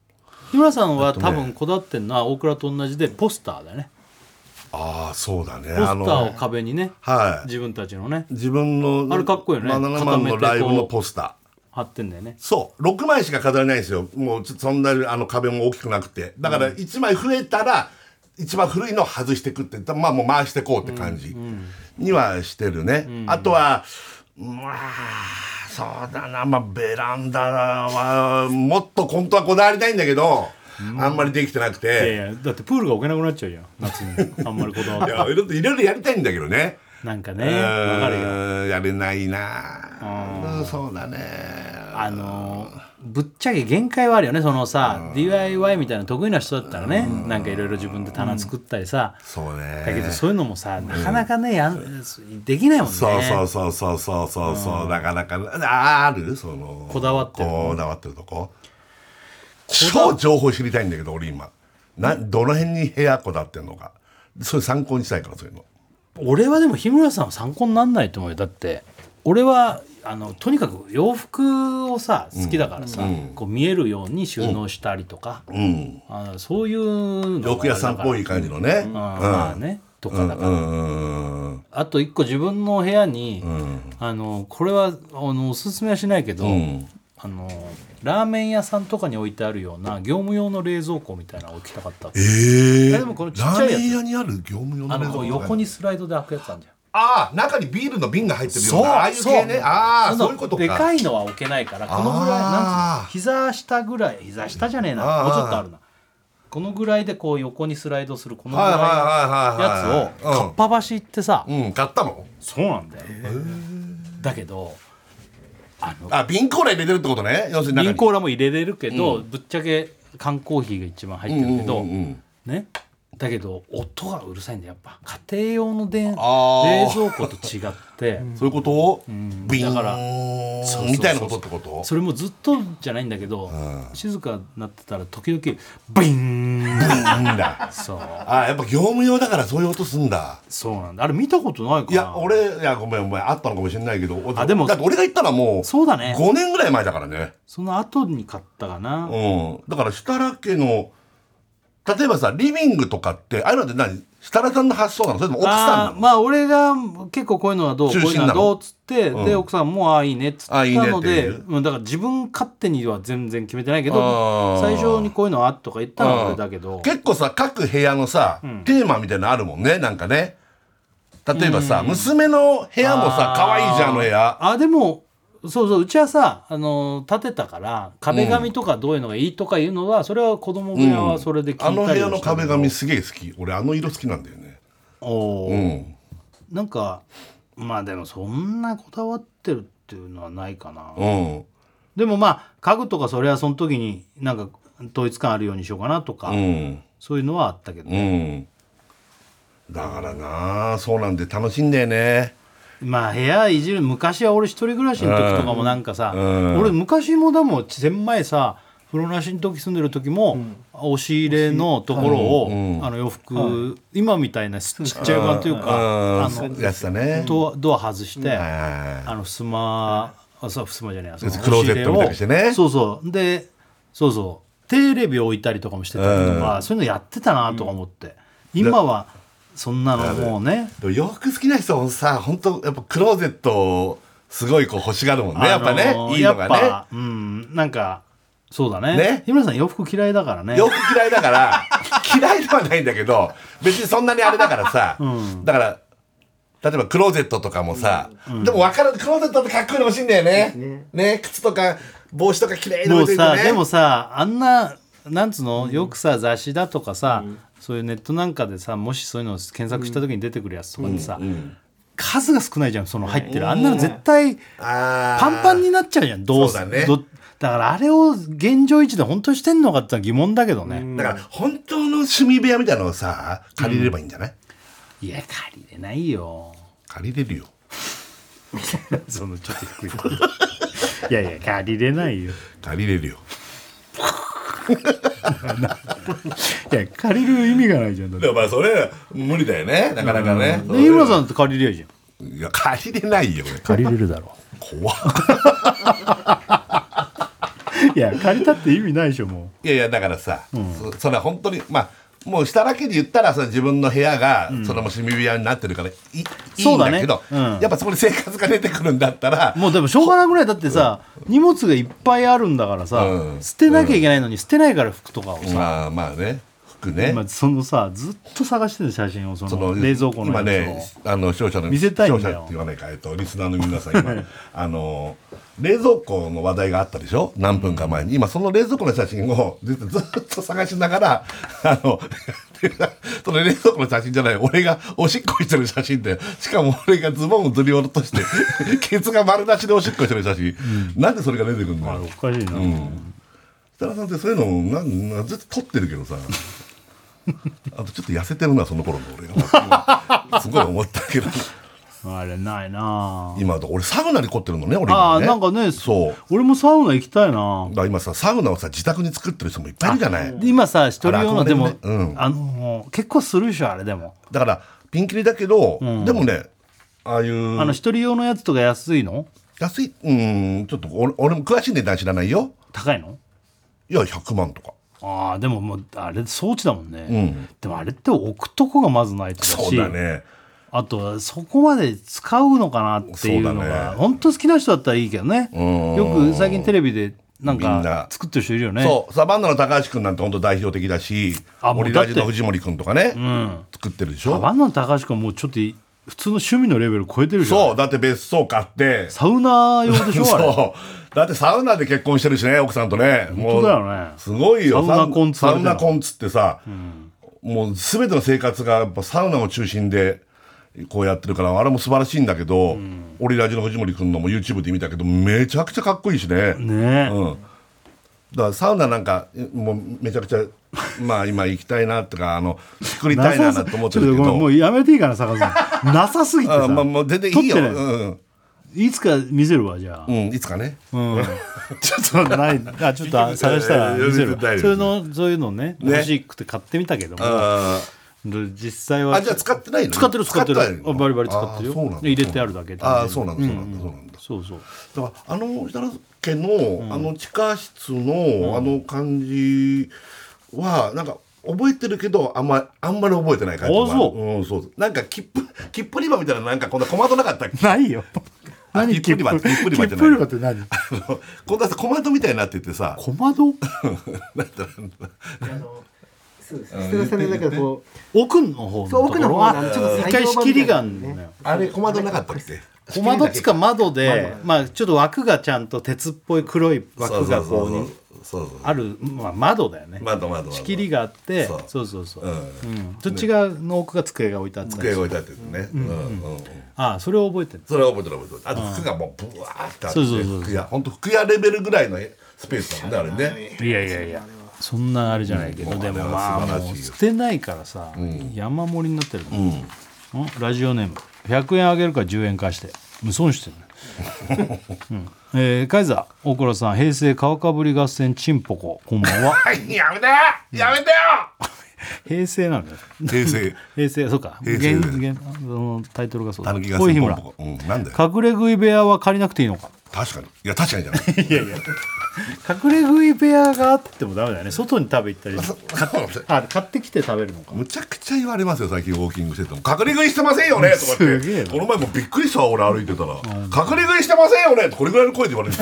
Speaker 2: 日村さんは多分こだわってんのは大倉と同じでポスターだよね
Speaker 3: ああ、そうだね。
Speaker 2: ポスタ
Speaker 3: あの
Speaker 2: ーを壁にね
Speaker 3: はい。
Speaker 2: 自分たちのね
Speaker 3: 自分の。
Speaker 2: あれかっこいいよね
Speaker 3: バナナマン
Speaker 2: 固め
Speaker 3: の
Speaker 2: てこう
Speaker 3: ライブのポスター。
Speaker 2: 貼ってんだよね
Speaker 3: そう6枚しか飾れないんですよもうちょっとそんなあの壁も大きくなくてだから1枚増えたら一番古いのを外してくってまあもう回してこうって感じにはしてるね、あとはまあそうだなまあベランダはもっと本当はこだわりたいんだけど、あんまりできてなく
Speaker 2: いやい
Speaker 3: て
Speaker 2: やだってプールが置けなくなっちゃうじゃん夏にあんまりこだわっ
Speaker 3: い
Speaker 2: て
Speaker 3: やいろいろいろいろやりたいんだけどね
Speaker 2: なんか
Speaker 3: う
Speaker 2: ね
Speaker 3: ーん
Speaker 2: わかるよ
Speaker 3: やれないなそうだね
Speaker 2: あのーぶっちゃけ限界はあるよねそのさ DIY みたいな得意な人だったらねなんかいろいろ自分で棚作ったりさ
Speaker 3: そうね
Speaker 2: だけどそういうのもさなかなかねやんできないもんね
Speaker 3: そうそうそうそうそうそうそう、なかなかああるその
Speaker 2: こだわってる
Speaker 3: こだわってるとこ超情報知りたいんだけど俺今などの辺に部屋こだわってんのかそれ参考にしたいからそういうの
Speaker 2: 俺はでも日村さんは参考になんないと思うよだって俺はあのとにかく洋服をさ好きだからさ、こう見えるように収納したりとか、
Speaker 3: うん
Speaker 2: あのそういうのが
Speaker 3: 洋服屋さんっぽい感じのねうん
Speaker 2: あまあねとかだから、
Speaker 3: うんうんうん
Speaker 2: あと一個自分の部屋に、あのこれはあのおすすめはしないけど、
Speaker 3: うん
Speaker 2: あのラーメン屋さんとかに置いてあるような業務用の冷蔵庫みたいなの置きたかったわけ
Speaker 3: ええ
Speaker 2: あでもこのちっちゃい
Speaker 3: ラ
Speaker 2: やつ
Speaker 3: ーメン屋にある業務用の
Speaker 2: あ
Speaker 3: 冷
Speaker 2: の
Speaker 3: 蔵庫
Speaker 2: こう横にスライドで開くやつあるじゃん
Speaker 3: ああ中にビールの瓶が入ってるようなああいう系ねああそういうことか
Speaker 2: でかいのは置けないからこのぐらいなんつう
Speaker 3: あー
Speaker 2: の膝下ぐらい膝下じゃねえな
Speaker 3: あー
Speaker 2: もうちょっとあるなこのぐらいでこう横にスライドするこのぐ
Speaker 3: はいはい
Speaker 2: らいの
Speaker 3: はいはい
Speaker 2: やつをかっぱ橋行ってさ、
Speaker 3: うん買ったの
Speaker 2: そうなんだよだけどあの
Speaker 3: あ瓶コーラ入れてるってことね要するに中に
Speaker 2: 銀行らも入れれるけど、ぶっちゃけ缶コーヒーが一番入ってるけど、
Speaker 3: うんうんうん
Speaker 2: ねだけど音がうるさいんだよやっぱ家庭用の電冷
Speaker 3: あー
Speaker 2: 蔵庫と違って、
Speaker 3: そういうことをビーン
Speaker 2: だからそうそうそう
Speaker 3: みたいなことってこと
Speaker 2: それもずっとじゃないんだけど、静かになってたら時々ビーン
Speaker 3: ビーンだ
Speaker 2: そう
Speaker 3: あやっぱ業務用だからそういう音すんだ
Speaker 2: そうなんだあれ見たことないかない
Speaker 3: や俺いやごめんお前あったのかもしれないけど
Speaker 2: あでも
Speaker 3: だって俺が行ったらもう
Speaker 2: そうだね
Speaker 3: 5年ぐらい前だからね
Speaker 2: その後に買ったか
Speaker 3: う
Speaker 2: な、
Speaker 3: んだから設楽家の例えばさリビングとかってああいうのって何設楽さんの発想なのそれとも奥さん
Speaker 2: あー
Speaker 3: なの
Speaker 2: まあ俺が結構こういうのはどうこう
Speaker 3: 中
Speaker 2: いう
Speaker 3: 心
Speaker 2: の
Speaker 3: なの
Speaker 2: はどうっつって、で奥さんもああいいねっつった
Speaker 3: あいいね
Speaker 2: の
Speaker 3: って
Speaker 2: で
Speaker 3: いう
Speaker 2: うんだから自分勝手には全然決めてないけ
Speaker 3: あ
Speaker 2: ど
Speaker 3: ー
Speaker 2: 最初にこういうのはとか言ったのは俺だけど
Speaker 3: 結構さ各部屋のさ、テーマみたいなのあるもんねなんかね例えばさ、娘の部屋もさ
Speaker 2: あー
Speaker 3: 可愛いじゃんあの部屋
Speaker 2: あでもそうそううちはさあの建てたから壁紙とかどういうのがいいとかいうのは、それは子供部屋はそれで聞いた
Speaker 3: あ
Speaker 2: りは
Speaker 3: の
Speaker 2: した
Speaker 3: 部屋の
Speaker 2: けど
Speaker 3: 壁紙すげえ好き俺あの色好きなんだよね
Speaker 2: おー
Speaker 3: うん
Speaker 2: なんかまあでもそんなこだわってるっていうのはないかな、
Speaker 3: うん
Speaker 2: でもまあ家具とかそれはその時になんか統一感あるようにしようかなとか、
Speaker 3: うん
Speaker 2: そういうのはあったけど、
Speaker 3: うんだからなあそうなんで楽しいんだよね
Speaker 2: まあ部屋いじる昔は俺一人暮らしの時とかもなんかさ、
Speaker 3: うん
Speaker 2: 俺昔もだもん狭いさ風呂なしの時住んでる時も、押し入れのところを、
Speaker 3: うん
Speaker 2: あの洋服、今みたいなちっちゃい版という
Speaker 3: うん
Speaker 2: か、あの
Speaker 3: やつだね
Speaker 2: ドアドア外して、
Speaker 3: は
Speaker 2: あのふすまあそうふすまじゃねえやその
Speaker 3: クローゼットみたいにしてね
Speaker 2: 押し入れをそうそうでそうそうテレビ置いたりとかもしてたりとか、そういうのやってたなとか思って、今はそんなのもうね
Speaker 3: いでも洋服好きな人もさ本当やっぱクローゼットをすごいこう欲しがるもんね、やっぱ
Speaker 2: あの
Speaker 3: ね
Speaker 2: ー
Speaker 3: いいのが
Speaker 2: やっ
Speaker 3: ね
Speaker 2: ぱうんなんかそうだね
Speaker 3: ね
Speaker 2: 日村さん洋服嫌いだからね
Speaker 3: 洋服嫌いだから 嫌いではないんだけど別にそんなにあれだからさ、だから例えばクローゼットとかもさ、でも分かるクローゼットってかっこいいの欲しいんだよねね靴とか帽子とか綺麗に置
Speaker 2: も
Speaker 3: いうてる
Speaker 2: さ
Speaker 3: とね
Speaker 2: でもさあんななんつうのよくさ雑誌だとかさ、そういうネットなんかでさもしそういうのを検索した時に出てくるやつとかってさ、数が少ないじゃんその入ってる、あんなの絶対
Speaker 3: あー
Speaker 2: パンパンになっちゃうじゃんどうす
Speaker 3: そうだね
Speaker 2: どだからあれを現状維持で本当にしてんのかってのは疑問だけどね、
Speaker 3: だから本当の趣味部屋みたいなのをさ借りればいいんじゃない、
Speaker 2: いや借りれないよ
Speaker 3: 借りれるよ
Speaker 2: そのちょっと低い声 いやいや借りれないよ
Speaker 3: 借りれるよ
Speaker 2: いや借りる意味がないじゃんだって
Speaker 3: でもまあそれ無理だよねなかなかね
Speaker 2: で日村さんだって借りれるじゃん
Speaker 3: いや借りれないよ俺
Speaker 2: 借りれるだろ
Speaker 3: 怖っ
Speaker 2: いや借りたって意味ないでしょも
Speaker 3: いやいやだからさ、そそれは本当にまあもう下だけで言ったらその自分の部屋が、そのもう趣味部屋になってるからいいいい
Speaker 2: そうんだ
Speaker 3: だ
Speaker 2: ね
Speaker 3: けど
Speaker 2: うん
Speaker 3: やっぱそこに生活が出てくるんだったら
Speaker 2: うもうでもしょうがなくないだってさ荷物がいっぱいあるんだからさ、
Speaker 3: うん
Speaker 2: 捨てなきゃいけないのに捨てないから服とかをさ、
Speaker 3: まあまあねクね、
Speaker 2: 今そのさずっと探してる写真をそ
Speaker 3: そ
Speaker 2: の
Speaker 3: の
Speaker 2: 冷蔵庫の
Speaker 3: 今
Speaker 2: や
Speaker 3: ね
Speaker 2: つを
Speaker 3: あの視聴者の
Speaker 2: 見せたいんだ
Speaker 3: 視聴
Speaker 2: よ
Speaker 3: 者って言わないかえっとリスナーの皆さん今 あの冷蔵庫の話題があったでしょ何分か前に今その冷蔵庫の写真をずっとずっと探しながらあの その冷蔵庫の写真じゃない俺がおしっこしてる写真でしかも俺がズボンをずり落として ケツが丸出しでおしっこしてる写真、なんでそれが出てくるんだ
Speaker 2: あれ
Speaker 3: よ
Speaker 2: おかしいな、
Speaker 3: 設楽さんってそういうのなんなんずっと撮ってるけ どさあとちょっと痩せてるなその頃の俺がすごい思ったけど
Speaker 2: あれないな
Speaker 3: 今だと俺サウナに凝ってるのね俺
Speaker 2: あ
Speaker 3: 今
Speaker 2: あ
Speaker 3: ね
Speaker 2: なんかね
Speaker 3: そう
Speaker 2: 俺もサウナ行きたいな
Speaker 3: だから今さサウナをさ自宅に作ってる人もいっぱいいるじゃない
Speaker 2: で今さ一人用の
Speaker 3: あれ
Speaker 2: で
Speaker 3: 憧
Speaker 2: も
Speaker 3: れ、るねうん
Speaker 2: あの結構するでしょあれでも、
Speaker 3: だからピンキリだけど、
Speaker 2: ん
Speaker 3: でもねああいう
Speaker 2: あの一人用のやつとか安いの
Speaker 3: 安いうんちょっと俺俺も詳しい値段知らないよ
Speaker 2: 高いの
Speaker 3: いや100万とか
Speaker 2: ああでももうあれ装置だもんね、
Speaker 3: うん
Speaker 2: でもあれって置くとこがまずないとだし
Speaker 3: そうだね
Speaker 2: あとそこまで使うのかなっていうの
Speaker 3: そうだ
Speaker 2: が
Speaker 3: ね
Speaker 2: 本当好きな人だったらいいけどね
Speaker 3: うん
Speaker 2: よく最近テレビでなん
Speaker 3: みんな
Speaker 2: か作ってる人いるよね
Speaker 3: そうサバンナの高橋君なんて本当代表的だし
Speaker 2: あもう
Speaker 3: 森
Speaker 2: だっ
Speaker 3: ラ
Speaker 2: て
Speaker 3: ジの藤森君とかね、
Speaker 2: ん
Speaker 3: 作ってるでし
Speaker 2: サバ
Speaker 3: ょ
Speaker 2: ンナの高橋君もうちょっとい普通の趣味のレベル超えてるじゃん
Speaker 3: そうだって別荘買って
Speaker 2: サウナ用でしょあれ
Speaker 3: そうだってサウナで結婚してるしね奥さんとねも
Speaker 2: 本当だよね
Speaker 3: すごいよ
Speaker 2: サウナ婚っつ
Speaker 3: サ
Speaker 2: われ
Speaker 3: ウ
Speaker 2: てんの
Speaker 3: ナコンツってさ、もう全ての生活がやっぱサウナを中心でこうやってるからあれも素晴らしいんだけど、オリラジの藤森君のも YouTube で見たけどめちゃくちゃかっこいいしね
Speaker 2: ねえ、
Speaker 3: うん、だからサウナなんかもうめちゃくちゃまあ今行きたいなとかあの作りたいななと思ってるけ
Speaker 2: ちょっとご
Speaker 3: ど
Speaker 2: めんもうやめていいかな坂田さんなさすぎて
Speaker 3: あ
Speaker 2: さ、
Speaker 3: まあもう全然いいよ、
Speaker 2: 撮って
Speaker 3: う
Speaker 2: なんいいつか見せるわじゃあ、
Speaker 3: うん、いつかね
Speaker 2: うん ちょっとないあちょっと探したら見せるわ
Speaker 3: いやいやいや
Speaker 2: そういうのそういうのね
Speaker 3: ね
Speaker 2: 欲しくて買ってみたけども、
Speaker 3: あ
Speaker 2: で実際は
Speaker 3: あじゃあ使ってないの
Speaker 2: 使ってる使ってる
Speaker 3: ないの
Speaker 2: あバリバリ使ってる
Speaker 3: あ
Speaker 2: よ
Speaker 3: そうなんだ
Speaker 2: で入れてあるだけ
Speaker 3: ああそうなんだそうなんだ、そうなんだ
Speaker 2: そうそう
Speaker 3: だからあの設楽家の、あの地下室のあの感じはなんか覚えてるけどあんまあんまり覚えてない感じもある、
Speaker 2: あそうん
Speaker 3: そうなんか切符切符売り場みたいななんかこんな小窓なかったっけ
Speaker 4: ないよ。
Speaker 3: あ
Speaker 4: 何
Speaker 3: 切
Speaker 4: 切
Speaker 3: 符
Speaker 4: 符
Speaker 3: 売り場切符売り場じゃない
Speaker 4: 切符売り場って何
Speaker 3: あのこんなさ小窓みたいになっててさ
Speaker 2: 小窓
Speaker 3: なんだろう
Speaker 5: そうです。設楽さんの中でこ
Speaker 2: 奥の方の
Speaker 5: う、そう奥の方
Speaker 2: は
Speaker 5: があのちょっと
Speaker 2: 一
Speaker 5: 採
Speaker 2: 回
Speaker 5: 用
Speaker 2: 仕
Speaker 5: 版
Speaker 2: 切
Speaker 5: みたいな
Speaker 2: りがあ
Speaker 5: の
Speaker 2: ん
Speaker 5: ね
Speaker 2: だよね
Speaker 3: あれ小窓なかったっけ
Speaker 2: 小窓っつうか窓でまあちょっと枠がちゃんと鉄っぽい黒い
Speaker 3: そう
Speaker 2: 枠
Speaker 3: そ
Speaker 2: が
Speaker 3: うそ
Speaker 2: こ
Speaker 3: う
Speaker 2: うに
Speaker 3: そうそう
Speaker 2: あるまあ窓だよね
Speaker 3: 窓窓窓
Speaker 2: 仕切りがあって
Speaker 3: そう
Speaker 2: そうそうそう
Speaker 3: う
Speaker 2: うんんそっち側の奥が机が置いてあったり
Speaker 3: 机が置いてあってねうんうんうん
Speaker 2: ああそれを覚えてる
Speaker 3: それは覚えてる覚えてるあと服がもうブワーってあって
Speaker 2: そうそうそうそう
Speaker 3: 服屋本当服屋レベルぐらいのスペースだもんねあれね
Speaker 2: いやいやいやそんなあれじゃないけど、
Speaker 3: うん
Speaker 2: でも
Speaker 3: あれ
Speaker 2: ま
Speaker 3: は
Speaker 2: あ
Speaker 3: 素晴らしい
Speaker 2: もう捨てないからさ、山盛りになってる、うん、ラジオネーム100円あげるから10円貸して無損してるね、 うんえーカイザー大倉さん平成川かぶり合戦チンポコこんばんは
Speaker 3: はいやめてやめてよ
Speaker 2: 平成なんだよ
Speaker 3: 平成
Speaker 2: 平成そうか
Speaker 3: 平成
Speaker 2: 現現そのタイトルがそう
Speaker 3: た
Speaker 2: だ
Speaker 3: ぬきが
Speaker 2: 恋日村
Speaker 3: ポンポコうんなんだよ
Speaker 2: 隠れ食い部屋は借りなくていいのか
Speaker 3: 確かにいや確かにじゃ ない
Speaker 2: 隠れ食い部屋があってもダメだよね外に食べ行ったり
Speaker 3: そ
Speaker 2: あ買ってきて食べるのか
Speaker 3: むちゃくちゃ言われますよ最近ウォーキングしてても隠れ食いしてませんよねとかっ
Speaker 2: すげ
Speaker 3: て
Speaker 2: えな
Speaker 3: この前もびっくりしたわ俺歩いてたら隠れ食いしてませんよねってこれぐらいの声で 言われて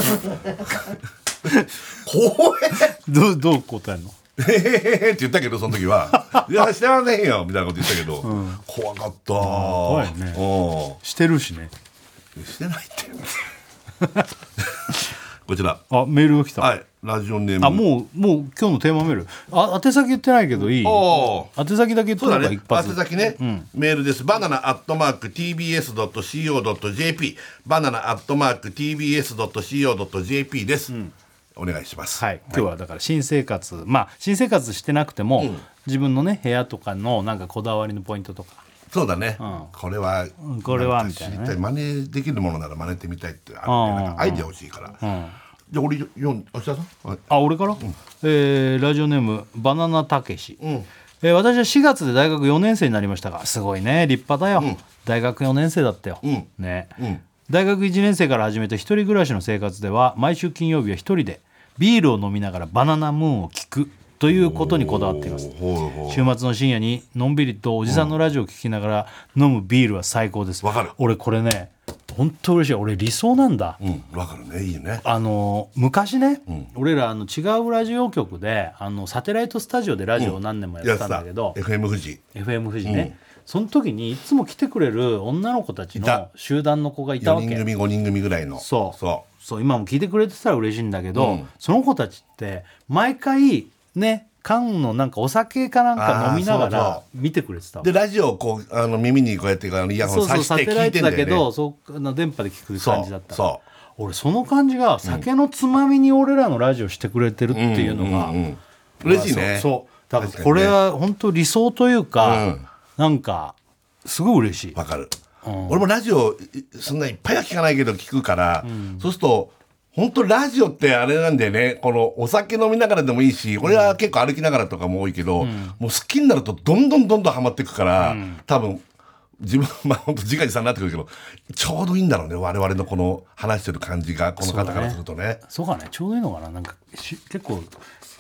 Speaker 3: 怖え
Speaker 2: どうどう答えるの
Speaker 3: へへへへって言ったけどその時 は「いやしてませんよ」みたいなこと言ったけど、怖かった怖
Speaker 2: いねしてるしね
Speaker 3: してないって こちら
Speaker 2: あメールが来た、
Speaker 3: はいラジオネーム
Speaker 2: あもうもう今日のテーマメールあ宛先言ってないけどいい
Speaker 3: おー
Speaker 2: 宛先だけ言っ
Speaker 3: そう
Speaker 2: と
Speaker 3: だ
Speaker 2: けば
Speaker 3: ね
Speaker 2: 一。発
Speaker 3: 宛先ね、メールです。バナナアットマーク TBS ドット CO ドット JP、バナナアットマーク TBS ドット CO ドット JP です。お願いします。
Speaker 2: はい、今日はだから新生活、まあ新生活してなくても、自分のね部屋とかのなんかこだわりのポイントとか
Speaker 3: そうだね。これは
Speaker 2: んこれは
Speaker 3: んか知り
Speaker 2: みた
Speaker 3: たい。
Speaker 2: い
Speaker 3: 真似できるものなら真似てみたいってある
Speaker 2: うん
Speaker 3: ね。なんかアイデア欲しいから。じゃあ俺読ん、おしさん。はい
Speaker 2: あ俺から、えーラジオネームバナナたけし、えー私は4月で大学4年生になりましたがすごいね立派だよ、大学4年生だったよ、
Speaker 3: ん
Speaker 2: ね、
Speaker 3: ん
Speaker 2: 大学1年生から始めた一人暮らしの生活では毎週金曜日は一人でビールを飲みながらバナナムーンを聞くということにこだわっています
Speaker 3: ほうほう
Speaker 2: 週末の深夜にのんびりとおじさんのラジオを聞きながら飲むビールは最高です、
Speaker 3: わかる
Speaker 2: 俺これね本当嬉しい俺理想なんだ、
Speaker 3: うん、わかるねいいね
Speaker 2: あの昔ね、
Speaker 3: うん
Speaker 2: 俺らあの違うラジオ局であのサテライトスタジオでラジオを何年もやってたんだけど、
Speaker 3: FM 富士
Speaker 2: FM 富士ね、
Speaker 3: うん
Speaker 2: その時にいつも来てくれる女の子たち
Speaker 3: いた
Speaker 2: の集団の子がいた
Speaker 3: 4
Speaker 2: わけ
Speaker 3: 人組5人組ぐらいの
Speaker 2: そう
Speaker 3: そ
Speaker 2: そう今も聞いてくれてたら嬉しいんだけど、
Speaker 3: うん
Speaker 2: その子たちって毎回ね缶のなんかお酒かなんか飲みなが
Speaker 3: あーそう
Speaker 2: ら
Speaker 3: そ
Speaker 2: 見てくれてたわ
Speaker 3: うでラジオをこうあの耳にこうやってあのイヤホ
Speaker 2: そ
Speaker 3: ン
Speaker 2: うそう
Speaker 3: さ
Speaker 2: サ
Speaker 3: して
Speaker 2: テラ
Speaker 3: 聞い
Speaker 2: イ
Speaker 3: て
Speaker 2: ト
Speaker 3: んだ
Speaker 2: だ
Speaker 3: よ
Speaker 2: け
Speaker 3: ね
Speaker 2: どそうな電波で聞く感じだった
Speaker 3: そうそ
Speaker 2: 俺その感じが酒のつまみに俺らのラジオしてくれてるっていうのが、
Speaker 3: んん嬉しいね
Speaker 2: そうそうだから
Speaker 3: 確かにね
Speaker 2: これは本当理想というか、
Speaker 3: うん
Speaker 2: なんかすごい嬉しい
Speaker 3: わかる、俺もラジオいそんないっぱいは聞かないけど聞くから、そうすると本当ラジオってあれなんだよねこのお酒飲みながらでもいいし俺は結構歩きながらとかも多いけど、もう好きになるとどんどんどんどんハマっていくから、多分自分 まあ本当自画自賛になってくるけどちょうどいいんだろうね我々のこの話してる感じがこの方からするとね。
Speaker 2: そうかねちょうどいいのかななんかし結構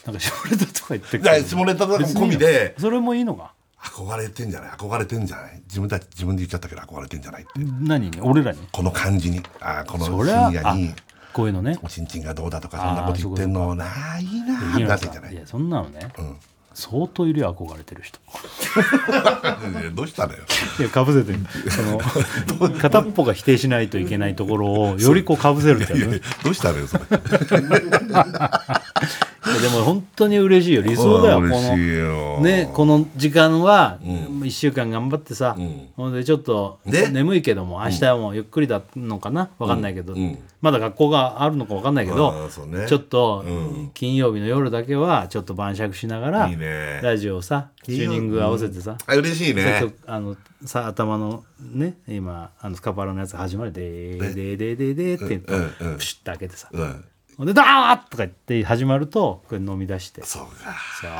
Speaker 2: なんか下ネタとか言ってる
Speaker 3: だから下ネタとかも込みで
Speaker 2: 別にいいのそれもいいのか
Speaker 3: 憧れてんじゃない憧れてんじゃない自分たち自分で言っちゃったけど憧れてんじゃないって
Speaker 2: 何に俺らに
Speaker 3: この感じにあーこの
Speaker 2: そ
Speaker 3: 深
Speaker 2: れは
Speaker 3: 夜
Speaker 2: あ
Speaker 3: に。
Speaker 2: こういうのね
Speaker 3: おちんちんがどうだとかそんなこと言ってんのないいなー
Speaker 2: い
Speaker 3: な
Speaker 2: や
Speaker 3: ってんじゃない
Speaker 2: いやそんなのね、相当いるよ憧れてる人
Speaker 3: いやどうしたのよ
Speaker 2: いやかぶせてるその 片っぽが否定しないといけないところをよりこうかぶせるっていう
Speaker 3: いや
Speaker 2: ね
Speaker 3: どうしたのよそれ
Speaker 2: いやでも本当に嬉しいよ理想だよこ
Speaker 3: うん嬉
Speaker 2: の
Speaker 3: しいよ
Speaker 2: ね、この時間は1週間頑張ってさ、
Speaker 3: ん
Speaker 2: ほんでちょっと
Speaker 3: で
Speaker 2: 眠いけども明日はもうゆっくりだのかな分かんないけど、
Speaker 3: ん
Speaker 2: まだ学校があるのか分かんないけ
Speaker 3: あ
Speaker 2: ど
Speaker 3: ー、そうね
Speaker 2: ちょっと
Speaker 3: うん
Speaker 2: 金曜日の夜だけはちょっと晩酌しながら
Speaker 3: いいね
Speaker 2: ラジオをさチューニング合わせてさ、
Speaker 3: あ嬉しいね
Speaker 2: そうそうあのさ頭のね今あのスカパラのやつ始まるでーでーでーでーでーって言って、
Speaker 3: うんうん
Speaker 2: プシュッと開けてさ、
Speaker 3: うん
Speaker 2: ほんで「ダー!」とか言って始まるとこれ飲み出して
Speaker 3: そうか
Speaker 2: そう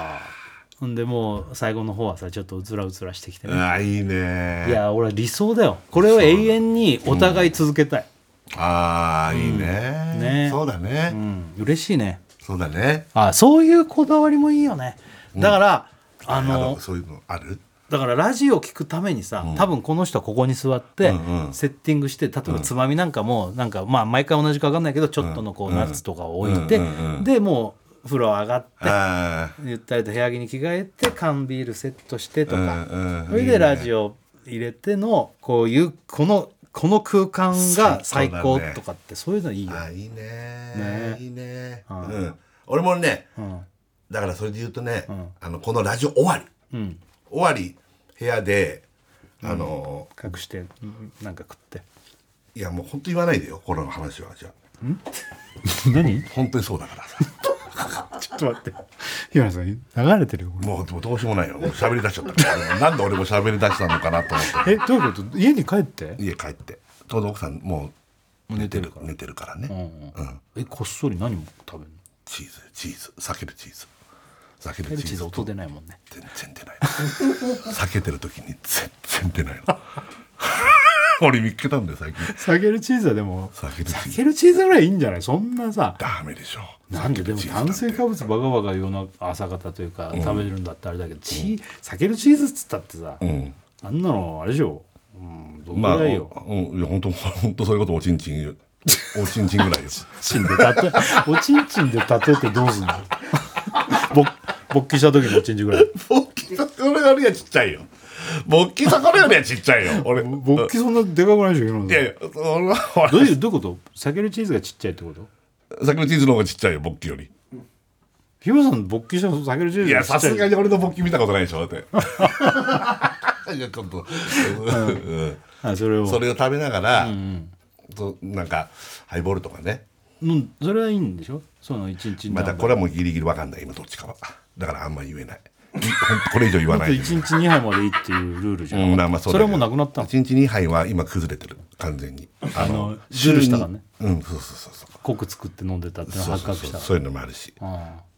Speaker 2: ほんでもう最後の方はさちょっとうつらうつらしてきてね
Speaker 3: あーいいね
Speaker 2: いや俺は理想だよこれを永遠にお互い続けたい
Speaker 3: あーいいね,、
Speaker 2: うんね
Speaker 3: そうだね、
Speaker 2: うん嬉しいね
Speaker 3: そうだね
Speaker 2: あそういうこだわりもいいよねだから、あ
Speaker 3: あ
Speaker 2: の
Speaker 3: のそういうのある
Speaker 2: だからラジオ聞くためにさ、多分この人はここに座って、
Speaker 3: うんうん
Speaker 2: セッティングして例えばつまみなんかも、なんかまあ毎回同じか分かんないけどちょっとのこう、ナッツとかを置いて、
Speaker 3: うんうんうん
Speaker 2: でもう風呂上がって
Speaker 3: あ
Speaker 2: ゆったりと部屋着に着替えて缶ビールセットしてとか、
Speaker 3: うんうん
Speaker 2: それでラジオ入れてのこういうこのこの空間が最高とかってそういうのいい
Speaker 3: ー
Speaker 2: よ、
Speaker 3: あーいいね
Speaker 2: ね
Speaker 3: いいね、
Speaker 2: うん
Speaker 3: うん、俺もね
Speaker 2: うん
Speaker 3: だからそれで言うとね、
Speaker 2: ん
Speaker 3: あのこのラジオ終わり
Speaker 2: うん、
Speaker 3: 終わり部屋であのー
Speaker 2: 隠してうんなんか食って
Speaker 3: いやもう本当言わないでよこれの話はじゃあ
Speaker 2: 何
Speaker 3: 本当にそうだからさ
Speaker 2: ちょっと待って日村さん流れてるよこ
Speaker 3: もうもうどうしようもないよもう喋り出しちゃったからなんで俺も喋り出したのかなと思っ
Speaker 2: れえどういうこと家に帰って
Speaker 3: て家帰ってちょうど奥さんもう寝てる寝てるからね、
Speaker 2: うんうん、えこっそり何も食べるの
Speaker 3: チーズチーズ避けるチーズ避け
Speaker 2: ペ
Speaker 3: る
Speaker 2: ル
Speaker 3: チー
Speaker 2: チー
Speaker 3: ズ
Speaker 2: ズ
Speaker 3: 音
Speaker 2: 音
Speaker 3: で
Speaker 2: 出ないもんね
Speaker 3: 全然出ない避けてる時に全然出ない の俺見っけたんだよ最近
Speaker 2: 下げるチーズはでも
Speaker 3: 避けるチー
Speaker 2: 下
Speaker 3: ズ
Speaker 2: げるチーズぐらいいいんじゃないそんなさ
Speaker 3: ダメでしょ
Speaker 2: なんででも
Speaker 3: 避けるチーズなんて
Speaker 2: 炭水化物バカバカ夜の朝方というか食べるんだってあれだけど、チー避けるチーズっつったってさ、
Speaker 3: うん
Speaker 2: あんなのあれでしょ、うん、どんぐ
Speaker 3: まあ、
Speaker 2: らいよ、
Speaker 3: うん、いや本当本当そういうことおちんちんよおちんちんぐらいよ
Speaker 2: ちんで 例えおちんちんで例えてどうすんの ぼ勃起した時のおちんちんぐらい
Speaker 3: 勃起魚よりはちっちゃいよ勃起魚よりはちっちゃいよ俺
Speaker 2: 勃起そんなでかくないでしょ今の
Speaker 3: いやいや俺は
Speaker 2: どういうどういうこと避けるチーズがちっちゃいってこと
Speaker 3: さっきのチーズの方がちっちゃいよ勃起より
Speaker 2: 日村さん勃起したの避けるチー
Speaker 3: い
Speaker 2: ズが
Speaker 3: や
Speaker 2: ちっ
Speaker 3: さ
Speaker 2: ちゃ
Speaker 3: す
Speaker 2: い
Speaker 3: がに俺の勃起見たことないでしょだって いやちょっと、うん
Speaker 2: あそれを
Speaker 3: そ
Speaker 2: それ,、
Speaker 3: れを食べながら、となんかハイボールとかね
Speaker 2: うん、それはいいんでしょその一日
Speaker 3: またこれはもうギリギリわかんない今どっちかはだからあんま言えないいほんとこれ以上言わ
Speaker 2: あ
Speaker 3: な
Speaker 2: と
Speaker 3: い
Speaker 2: 一日二杯までいいっていうルールじゃん、
Speaker 3: うんまあまあ
Speaker 2: そう
Speaker 3: だ
Speaker 2: れ
Speaker 3: け
Speaker 2: は
Speaker 3: ど
Speaker 2: もうなくなったの
Speaker 3: 一日二杯は今崩れてる完全にあ
Speaker 2: あのシュールしたからね
Speaker 3: 週にうんそうそうそうそう
Speaker 2: 濃く作って飲んでたっていうの
Speaker 3: そう
Speaker 2: は
Speaker 3: そ
Speaker 2: 発
Speaker 3: う
Speaker 2: 覚
Speaker 3: そう
Speaker 2: した
Speaker 3: そういうのもあるし
Speaker 2: うん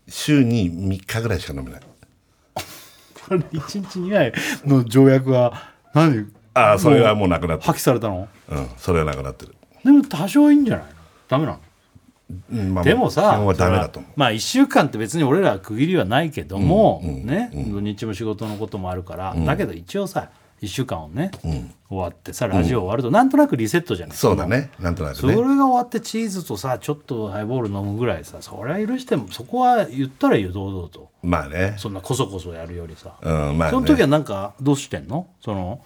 Speaker 3: 週に3日ぐらいしか飲めない
Speaker 2: これ 一日二杯の条約は何
Speaker 3: ああそれはもうなくなって
Speaker 2: 破
Speaker 3: る
Speaker 2: 棄されたの
Speaker 3: うんそれはなくなってる、
Speaker 2: でも多少いいんじゃないのダメなの
Speaker 3: うんまあ
Speaker 2: でも
Speaker 3: 基
Speaker 2: さ
Speaker 3: 本はダメだと思う
Speaker 2: それはまあ1週間って別に俺らは区切りはないけども、ね、土日も仕事のこともあるから、だけど一応さ1週間をね、
Speaker 3: ん
Speaker 2: 終わってさラジオ終わると、なんとなくリセットじゃない
Speaker 3: そうだねなんとなく
Speaker 2: それ
Speaker 3: ね
Speaker 2: が終わってチーズとさちょっとハイボール飲むぐらいさそれは許してもそこは言ったらいいよ堂々と
Speaker 3: まあね
Speaker 2: そんなこそこそやるよりさ、
Speaker 3: うんまあね
Speaker 2: その時はなんかどうしてんのその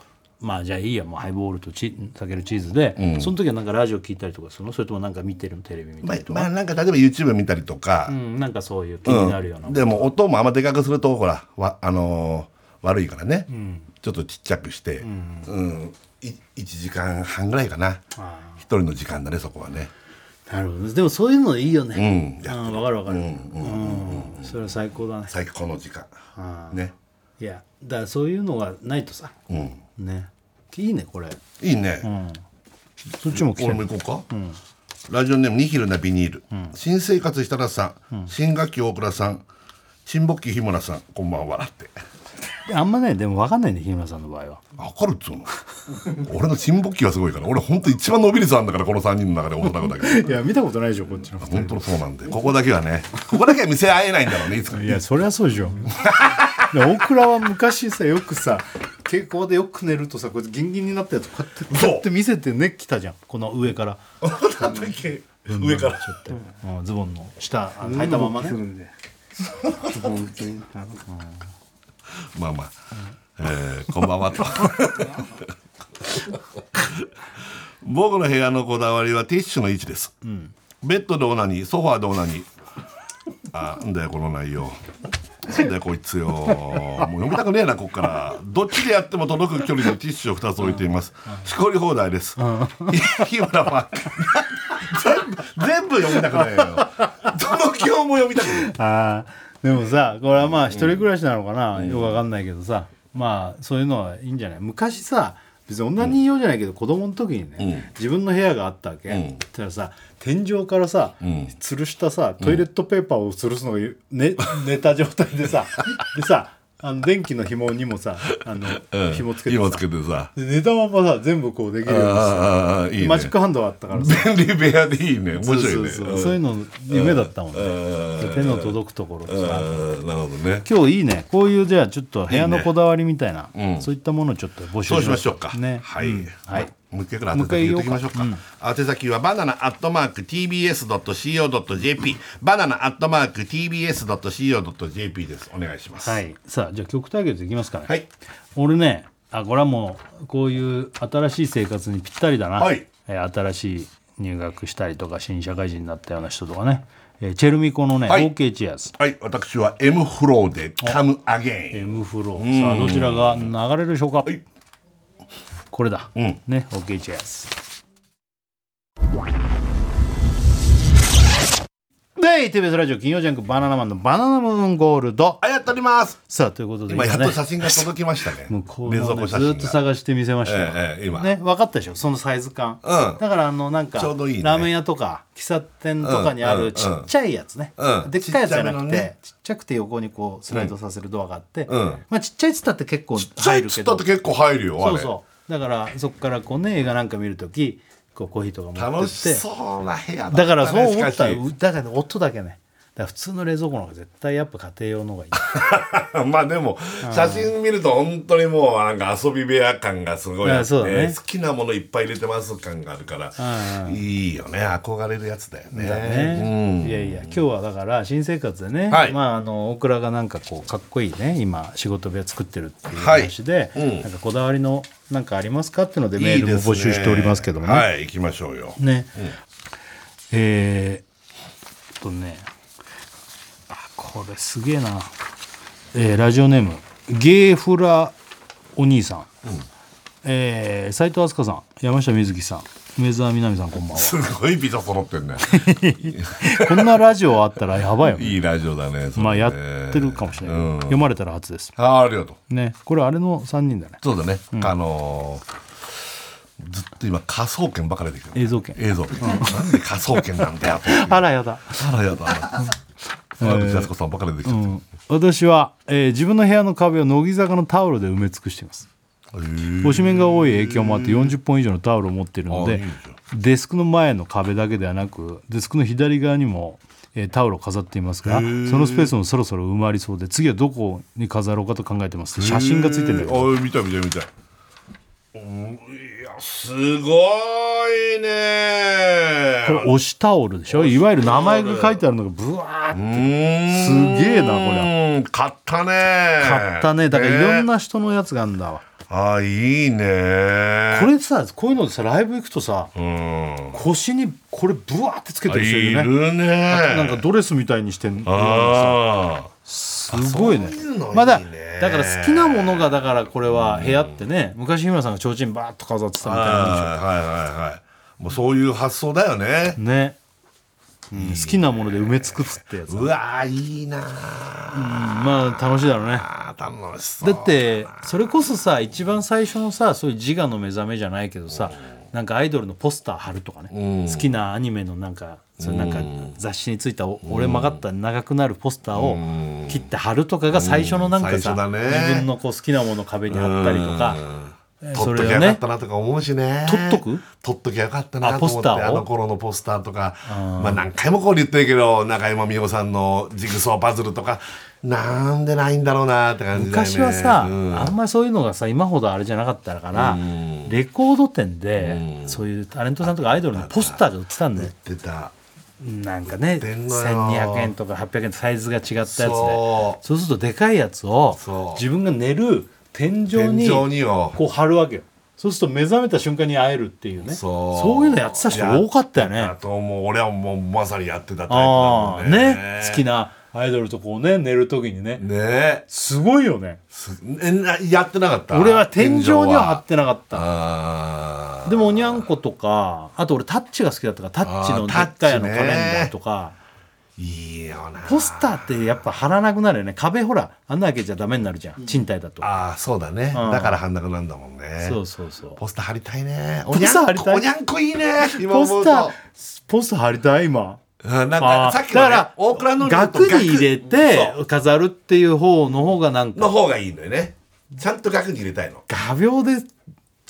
Speaker 2: まあじゃあいいやもうハイボールとチ酒のチーズで、その時はなんかラジオ聞いたりとかするのそれともなんか見てるのテレビ見
Speaker 3: ま
Speaker 2: た
Speaker 3: あ
Speaker 2: りとか、
Speaker 3: まあなんか例えば YouTube 見たりとか、
Speaker 2: うん、なんかそういう気になるような、
Speaker 3: うんでも音もあんまでかくするとほらわあのー悪いからね、ちょっとちっちゃくして、うんい1時間半ぐらいかな
Speaker 2: あ
Speaker 3: 一人の時間だねそこはね
Speaker 2: ーなるほどでもそういうのいいよね
Speaker 3: うん
Speaker 2: うんわ、かるわかるうん、それは最高だね
Speaker 3: 最高の時間
Speaker 2: あー
Speaker 3: ね
Speaker 2: いやだからそういうのがないとさ
Speaker 3: うん
Speaker 2: ねいいねこれ
Speaker 3: いいね、
Speaker 2: そっちも来て
Speaker 3: 俺
Speaker 2: る
Speaker 3: も行こうか、ラジオネームニヒルなビニール、新生活設楽さん、新学期大倉さん新木期日村さんこんばんはって
Speaker 2: あんまねでも分かんないね日村さんの場合は
Speaker 3: わかるっつうの俺の新木期はすごいから俺ほんと一番伸び率あんだからこの3人の中で大人だけど
Speaker 2: いや見たことないでしょこっちの
Speaker 3: 本当にそうなんでここだけはねここだけは見せ合えないんだろうねいつか
Speaker 2: いやそりゃそうでしょで大倉は昔さよくさ稽古場でよく寝るとさこいつギンギンになったやつこうやってこうやって見せてね来たじゃんこの上 から
Speaker 3: 上から
Speaker 2: ちょっと、うん、ズボンの下あの履いたまます
Speaker 4: る
Speaker 2: ね
Speaker 4: んで本当にあの
Speaker 3: まあまあ、えーこんばんはと僕の部屋のこだわりはティッシュの位置です、ベッドでオナニーソファーでオナニーあなんだよこの内容なんだよこいつよもう読みたくねえなこっからどっちでやっても届く距離のティッシュを2つ置いていますしこり放題です、日村は全部全部読みたくないよどの行も読みたくない
Speaker 2: あーでもさこれはまあ一人暮らしなのかな、よくわかんないけどさまあそういうのはいいんじゃない昔さ別に女に言おうじゃないけど、子供の時にね、自分の部屋があったわけ、そしたらさ天井からさ、吊るしたさトイレットペーパーを吊るすの が、ね、寝た状態でさでさあの電気の紐にもさあの、
Speaker 3: うん
Speaker 2: 紐つけてさ
Speaker 3: 紐つけてさ
Speaker 2: で寝たままさ全部こうできるようにさ
Speaker 3: あーあーあーいいね
Speaker 2: マジックハンドがあったからさ
Speaker 3: 便利部屋でいいね面白いね
Speaker 2: そうそうそうそういうの夢だったもんね
Speaker 3: うん
Speaker 2: 手の届くところとさ
Speaker 3: うんなるほどね
Speaker 2: 今日いいねこういうじゃあちょっと部屋のこだわりみたいなそういったものをちょっと募集
Speaker 3: そうしましょうか
Speaker 2: ね
Speaker 3: はい、
Speaker 2: うんはい
Speaker 3: もう一回ぐらい宛先言っておきましょうか宛先はバナナアットマーク TBS.CO.JP バナナアットマーク TBS.CO.JP ですお願いします
Speaker 2: はいさあじゃあ曲対決いきますかね
Speaker 3: はい
Speaker 2: 俺ねあこれはもうこういう新しい生活にぴったりだな、
Speaker 3: はい
Speaker 2: えー新しい入学したりとか新社会人になったような人とかね、えーチェルミコのね、
Speaker 3: はい
Speaker 2: OK チェアス
Speaker 3: はい私は M フローで Come Again
Speaker 2: M フローさあどちらが流れるでしょうか
Speaker 3: い
Speaker 2: これだ、
Speaker 3: ん
Speaker 2: ね OK チェアスで TBS ラジオ金曜ジャンク「バナナマンのバナナムーンゴールド
Speaker 3: あやっております」
Speaker 2: さあということで
Speaker 3: 今やっ
Speaker 2: ね
Speaker 3: と写真が届きましたね
Speaker 2: 向こう
Speaker 3: 冷
Speaker 2: の
Speaker 3: 蔵
Speaker 2: ね
Speaker 3: 庫
Speaker 2: ず
Speaker 3: 写真
Speaker 2: ーっと
Speaker 3: が
Speaker 2: 探してみせましたよ、
Speaker 3: ええええ今
Speaker 2: ね分かったでしょそのサイズ感、
Speaker 3: うん
Speaker 2: だからあのなんか
Speaker 3: ちょうどいいね
Speaker 2: ラーメン屋とか喫茶店とかにあ
Speaker 3: うんうんう
Speaker 2: る
Speaker 3: ん
Speaker 2: ちっちゃいやつね、
Speaker 3: うん
Speaker 2: でっかいやつじゃな
Speaker 3: ちっちゃめの
Speaker 2: くてちっ,、
Speaker 3: ね
Speaker 2: ちゃくて横にこうスライドさせるドアがあって、
Speaker 3: うん
Speaker 2: まあ、ちっちゃいっつったって結構
Speaker 3: ちゃ
Speaker 2: 入
Speaker 3: い
Speaker 2: る
Speaker 3: つ
Speaker 2: け
Speaker 3: ったっ
Speaker 2: ど
Speaker 3: て結構入るよあ
Speaker 2: そ
Speaker 3: れ
Speaker 2: うそうだからそこからこうね映画なんか見るときこうコーヒーとか持ってって
Speaker 3: 楽しそうな部屋だったね
Speaker 2: だからそう思ったら
Speaker 3: しかし
Speaker 2: うだからね音だけねだから普通の冷蔵庫の方が絶対やっぱ家庭用の方がい い
Speaker 3: まあでも写真見ると本当にもうなんか遊び部屋感がすごいあ
Speaker 2: あ
Speaker 3: っ
Speaker 2: そうだ
Speaker 3: て、
Speaker 2: ね
Speaker 3: 好きなものいっぱい入れてます感があるから
Speaker 2: うんうん
Speaker 3: いいよね憧れるやつだよね
Speaker 2: だね、
Speaker 3: うん、
Speaker 2: いやいや今日はだから新生活でね、
Speaker 3: はい
Speaker 2: まあ、あの大倉がなんかこうかっこいいね今仕事部屋作ってるっていう
Speaker 3: はい
Speaker 2: 話で、
Speaker 3: うん
Speaker 2: なんかこだわりのなんかありますかっていうのでメ
Speaker 3: い
Speaker 2: ー
Speaker 3: い
Speaker 2: ル
Speaker 3: で
Speaker 2: も
Speaker 3: すね
Speaker 2: 募集しておりますけどもね。
Speaker 3: はい行きましょうよ
Speaker 2: ねえー、っとねあこれすげえな、えーラジオネームゲーフラお兄さん、えー斉藤飛鳥さん山下美月さん梅澤美波さんこんばんは
Speaker 3: すごいビザ揃ってん ね
Speaker 2: こんなラジオあったらやばいよね。
Speaker 3: いいラジオだねそれね
Speaker 2: まあやってるかもしれないけど、
Speaker 3: うん
Speaker 2: 読まれたら初です。
Speaker 3: ああありがとう
Speaker 2: ね、これあれの3人だね。
Speaker 3: そうだね、あのーずっと今科捜研ばっかり出てきた
Speaker 2: 映像権。
Speaker 3: 映像権、なんで科捜研なんだ よと思って
Speaker 2: あらやだ。
Speaker 3: あらやだな。なんでジャスコさんばっかりできちゃった。
Speaker 2: 私は、えー自分の部屋の壁を乃木坂のタオルで埋め尽くしています。推しメンが多い影響もあって40本以上のタオルを持っているの
Speaker 3: あい
Speaker 2: で
Speaker 3: いじ
Speaker 2: デスクの前の壁だけではなくデスクの左側にも、えータオルを飾っていますがそのスペースもそろそろ埋まりそうで次はどこに飾ろうかと考えてます写真がついてるんだけど
Speaker 3: あ見たい見たい見たい。いやすごいね
Speaker 2: これ押しタオルでしょいわゆる名前が書いてあるのがブワーってすげえなこ
Speaker 3: れ買ったね
Speaker 2: 買ったねだからいろん
Speaker 3: ね
Speaker 2: な人のやつがあるんだわ、
Speaker 3: あいいね
Speaker 2: これさこういうのでさライブ行くとさ
Speaker 3: うん
Speaker 2: 腰にこれブワーってつけてる人い
Speaker 3: い
Speaker 2: るよね
Speaker 3: るね
Speaker 2: なんかドレスみたいにしてん
Speaker 3: あ
Speaker 2: すごいね
Speaker 3: そういうのいいね
Speaker 2: まあだだから好きなものがだからこれは部屋ってね昔日村さんが提灯バーッと飾ってた
Speaker 3: あ
Speaker 2: み
Speaker 3: は
Speaker 2: た
Speaker 3: い
Speaker 2: いな
Speaker 3: はいはいはいもうそういう発想だよね
Speaker 2: ね、うん好きなもので埋め尽くすってやつ、うん
Speaker 3: うわーいいな
Speaker 2: まあ楽しいだろうね
Speaker 3: あー楽しそう
Speaker 2: だってそれこそさ一番最初のさそういう自我の目覚めじゃないけどさなんかアイドルのポスター貼るとかね
Speaker 3: うん
Speaker 2: 好きなアニメのなんかそれなんか雑誌についたお俺曲がった長くなるポスターを切って貼るとかが最初のなんかさ
Speaker 3: うん最初だね
Speaker 2: 自分のこう好きなものを壁に貼ったりとか
Speaker 3: うん
Speaker 2: え
Speaker 3: 撮っときゃよかったなとか思うしね
Speaker 2: それをね撮っとく
Speaker 3: 撮っときゃよかったな
Speaker 2: あ
Speaker 3: と
Speaker 2: ポ
Speaker 3: 思
Speaker 2: ス
Speaker 3: って
Speaker 2: ターを
Speaker 3: あの頃のポスターとかまあ何回もこう言ってるけど中山美穂さんのジグソーパズルとかなんでないんだろうなって感じだよね
Speaker 2: 昔はさ、
Speaker 3: うん
Speaker 2: あんまりそういうのがさ今ほどあれじゃなかったから、
Speaker 3: ん
Speaker 2: レコード店で、
Speaker 3: うん
Speaker 2: そういうタレントさんとかアイドルのポスターが売ってたんだよ
Speaker 3: 出た
Speaker 2: なんかね
Speaker 3: てんのよ
Speaker 2: 1200円とか800円とサイズが違ったやつで
Speaker 3: そ
Speaker 2: そうするとでかいやつを
Speaker 3: そう
Speaker 2: 自分が寝る天井
Speaker 3: 天
Speaker 2: に
Speaker 3: 井によ
Speaker 2: こう貼るわけよそうすると目覚めた瞬間に会えるっていうね
Speaker 3: そう
Speaker 2: いうのやってた人多かったよね
Speaker 3: あともう俺はもうまさにやってたタイプだ
Speaker 2: あ
Speaker 3: も
Speaker 2: あ
Speaker 3: ん
Speaker 2: ー
Speaker 3: ね
Speaker 2: ね好きなアイドルとこうね寝る時にね
Speaker 3: ね
Speaker 2: すごいよね
Speaker 3: すえなやってなかった
Speaker 2: 俺は天井には貼ってなかった
Speaker 3: あー
Speaker 2: でもおにゃんことかあと俺タッチが好きだったからタッチの
Speaker 3: あー
Speaker 2: でっかいあの
Speaker 3: タッ
Speaker 2: カ
Speaker 3: チね
Speaker 2: レンダーとか、
Speaker 3: いいよな
Speaker 2: ポスターってやっぱ貼らなくなるよね壁ほら穴開けちゃダメになるじゃん、賃貸だと
Speaker 3: ああそうだね
Speaker 2: うん
Speaker 3: だから半額なんだもんね
Speaker 2: そうそうそう
Speaker 3: ポスター貼りたいねお
Speaker 2: ポ
Speaker 3: に
Speaker 2: スター貼
Speaker 3: ゃん
Speaker 2: り
Speaker 3: こ
Speaker 2: たい
Speaker 3: おにゃんこいいね今
Speaker 2: ポ
Speaker 3: 思
Speaker 2: ス
Speaker 3: うと
Speaker 2: ターポスター貼りたい今
Speaker 3: うんなん
Speaker 2: あ
Speaker 3: か
Speaker 2: ー
Speaker 3: さっきの
Speaker 2: だか
Speaker 3: ね
Speaker 2: ら
Speaker 3: 大倉の
Speaker 2: 額に入れて飾るっていう方の方がなん
Speaker 3: の
Speaker 2: か
Speaker 3: 方がいいんだよねちゃんと額に入れたいの
Speaker 2: 画鋲で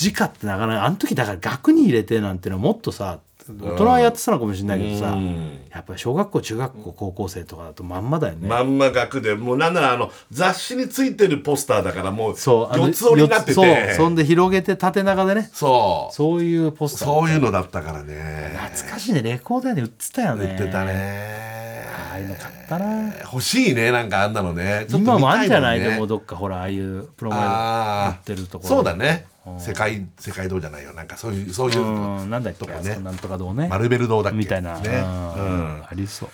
Speaker 2: 直ってなかなかあの時だから額に入れてなんてのはもっとさ大人はやってたのかもしれないけどさ、
Speaker 3: うん
Speaker 2: やっぱり小学校中学校高校生とかだとまんまだよね、
Speaker 3: まんま額でもうなんならあの雑誌についてるポスターだからもう
Speaker 2: そうあの
Speaker 3: 四つ折りになってて
Speaker 2: 四つそうそんで広げて縦長でね
Speaker 3: そう
Speaker 2: そういうポスター
Speaker 3: そういうのだったからね
Speaker 2: 懐かしいねレコード屋で売ってたよね
Speaker 3: 売ってたね
Speaker 2: ああいうの買ったな
Speaker 3: 欲しいねなんかあんなのねちょっと見た
Speaker 2: 今もあんじゃない
Speaker 3: もんね
Speaker 2: でもどっかほらああいうプロマイドや
Speaker 3: あ
Speaker 2: っ
Speaker 3: あ
Speaker 2: てるところ
Speaker 3: そうだね世界世界堂じゃないよなんかそういうそういううん
Speaker 2: なんだっけ
Speaker 3: とか
Speaker 2: あ
Speaker 3: ね
Speaker 2: そこなんとかどうね
Speaker 3: マルベル堂だっけ
Speaker 2: みたいな、
Speaker 3: ね
Speaker 2: う
Speaker 3: うんん
Speaker 2: ありそう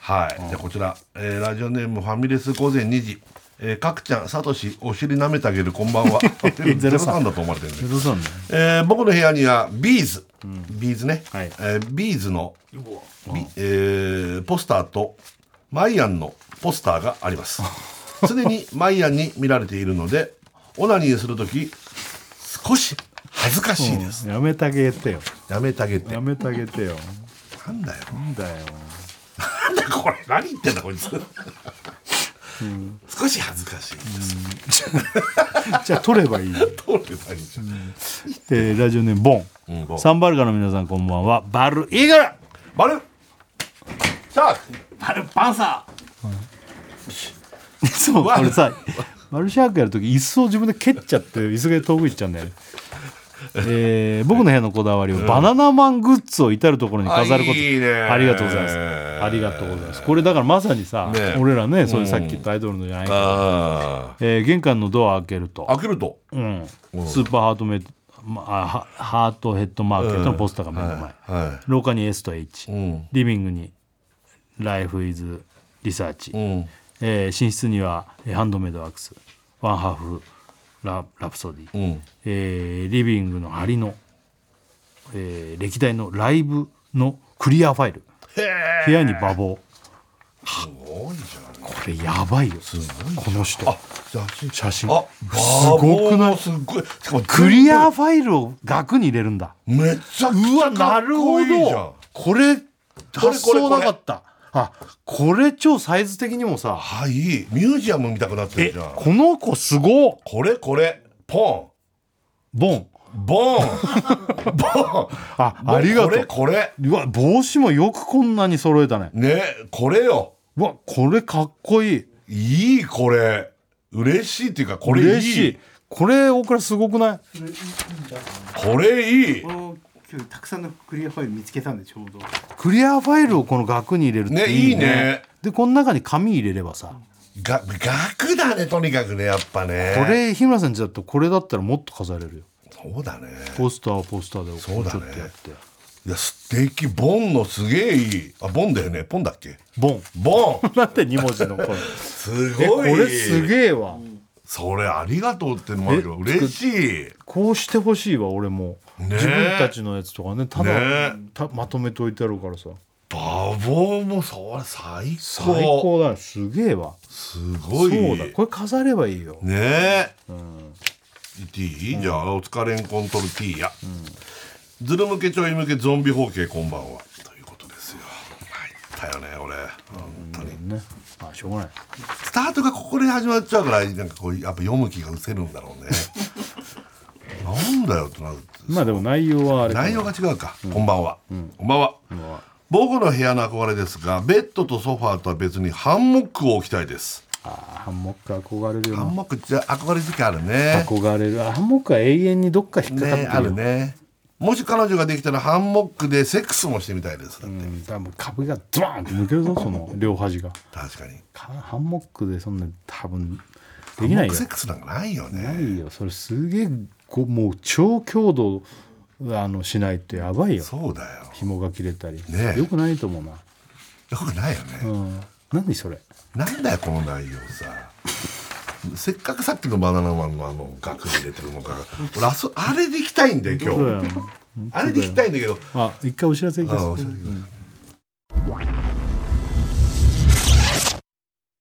Speaker 3: はいじゃあこちらえーラジオネームファミレス午前2時えーかくちゃんさとしお尻舐めてあげるこんば んはゼロ
Speaker 2: 03
Speaker 3: 三だと思われてるね
Speaker 2: ゼロゾンね
Speaker 3: えー僕の部屋にはビーズ、ビーズね、
Speaker 2: はい
Speaker 3: えービーズの、ビえーポスターとマイアンのポスターがあります常にマイアンに見られているのでオナニーする時少し恥ずかしいです、
Speaker 2: やめてあげてよ
Speaker 3: やめてあげて
Speaker 2: やめてあげてよ
Speaker 3: なんだよ
Speaker 2: なんだよ
Speaker 3: なんだこれ何言ってんだこいつ、少し恥ずかしいです、
Speaker 2: じゃあ取ればいいよ
Speaker 3: どれ何じゃ
Speaker 2: えーラジオネームボン、
Speaker 3: うんボン
Speaker 2: サンバルカの皆さんこんばんはバルイーグル
Speaker 3: バルシャーク
Speaker 4: パルパンサー
Speaker 2: そう俺さマルシャークやるとき椅子を自分で蹴っちゃって椅子が遠く行っちゃうんだよねえー僕の部屋のこだわりは、バナナマングッズを至る所に飾るこ
Speaker 3: あ
Speaker 2: と
Speaker 3: いいね
Speaker 2: ありがとうございますありがとうございますこれだからまさにさ、
Speaker 3: ね
Speaker 2: 俺らねそういうさっき言ったアイドルのじゃないけど、
Speaker 3: あ
Speaker 2: えー玄関のドア開けると
Speaker 3: ー、開けると
Speaker 2: うん、スーパーハートメまあ、ハハートヘッドマーケットのポスターが目の前、
Speaker 3: は
Speaker 2: 廊下に S と H、
Speaker 3: いうん
Speaker 2: リビングに「ライフイズリサーチ」
Speaker 3: うん
Speaker 2: えー寝室にはえーハンドメイドワークスワンハーフララプソディ、
Speaker 3: うん
Speaker 2: えーリビングの梁の、えー歴代のライブのクリアファイル部屋に馬房
Speaker 3: すごいじゃん
Speaker 2: これやばいよこの人
Speaker 3: 写真
Speaker 2: 写真
Speaker 3: あ
Speaker 2: すごくない
Speaker 3: すごいしかも
Speaker 2: クリアファイルを額に入れるんだ
Speaker 3: めっちゃく
Speaker 2: う
Speaker 3: ち
Speaker 2: わ
Speaker 3: ゃか
Speaker 2: な
Speaker 3: っ
Speaker 2: る
Speaker 3: こ
Speaker 2: ほ
Speaker 3: いいじゃん
Speaker 2: どこれ
Speaker 3: これ
Speaker 2: 発想なかったあこれ超サイズ的にもさ
Speaker 3: はいミュージアム見たくなって
Speaker 2: え
Speaker 3: るじゃん
Speaker 2: この子すごっ
Speaker 3: これこれポ
Speaker 2: ボン
Speaker 3: ン ボンボン
Speaker 2: あありがとう
Speaker 3: これこ
Speaker 2: うわ帽子もよくこんなに揃えたね
Speaker 3: れねこれよ
Speaker 2: うわこれかっこいい
Speaker 3: いいこれ嬉しいっていうかこれいい
Speaker 2: 嬉しい
Speaker 6: これ大倉すごくない
Speaker 4: それいいんだ
Speaker 3: これいい
Speaker 4: これを今日たくさんのクリアファイル見つけたんでちょうど
Speaker 6: クリアファイルをこの額に入れるって
Speaker 3: ね
Speaker 6: い
Speaker 3: い
Speaker 6: いね
Speaker 3: いね
Speaker 6: でこの中に紙入れればさ
Speaker 3: が額だねとにかくねやっぱね
Speaker 6: これ日村さんちだとこれだったらもっと飾れるよ
Speaker 3: そうだね
Speaker 6: ポスターはポスターで
Speaker 3: そうだね
Speaker 6: ちょっとやって
Speaker 3: いや素敵ボンのすげえいいあボンだよねポンだっけ
Speaker 6: ボン
Speaker 3: ボン
Speaker 6: なんて2文字のこれ
Speaker 3: す
Speaker 6: えこ
Speaker 3: ごい
Speaker 6: れすげえわ
Speaker 3: それありがとうってのもあるけど嬉しい
Speaker 6: こうしてほしいわ俺も
Speaker 3: ね
Speaker 6: 自分たちのやつとかねただ
Speaker 3: ね
Speaker 6: たまとめておいてあるからさ
Speaker 3: バボーもそれ最
Speaker 6: 最
Speaker 3: 高
Speaker 6: 高だねすげえわ
Speaker 3: すごい
Speaker 6: そうだこれ飾ればいいよ
Speaker 3: ねえ、ティーじゃあ、お疲れんコントルティーヤ、ズル向けちょい向けゾンビ包茎こんばんはということですよ入ったよね俺本当に、
Speaker 6: ねまあしょうがない
Speaker 3: スタートがここで始まっちゃうからなんかこうやっぱ読む気が失せるんだ ろうねなんだよってなる
Speaker 6: まあでも内容はあれかな
Speaker 3: 内容が違うか、こんばんは、こんばんは、
Speaker 6: んばんは
Speaker 3: 僕の部屋の憧れですがベッドとソファーとは別にハンモックを置きたいです
Speaker 6: あーハンモック憧れるよ
Speaker 3: ハン
Speaker 6: な
Speaker 3: モックって憧れ時期あるね
Speaker 6: 憧れるあハンモックは永遠にどっか引っかか
Speaker 3: ね
Speaker 6: ってるよ
Speaker 3: あるねもし彼女ができたらハンモックでセックスもしてみたいですだって、
Speaker 6: うん、多分株がドーンって抜け るぞその両端が
Speaker 3: 確かに
Speaker 6: かハンモックでそんな多分でき
Speaker 3: ハンモ
Speaker 6: な
Speaker 3: ッ
Speaker 6: いよ
Speaker 3: クセックスなんかないよ
Speaker 6: な
Speaker 3: ね
Speaker 6: いよそれすげえこうもう超強度あのしないとやばいよ
Speaker 3: そうだよ
Speaker 6: 紐が切れたり、
Speaker 3: ねえ
Speaker 6: よくないと思うな、
Speaker 3: よくないよね、
Speaker 6: うん、何それ
Speaker 3: なんだよこの内容させっかくさっきのバナナマンのあの額に入れてるのか俺あそあれで行きたいんだよ今
Speaker 6: そうだよ
Speaker 3: 日あれで行きたいんだけど
Speaker 6: あ一回お知らせいきま
Speaker 3: あ
Speaker 6: す
Speaker 3: あおっしゃってください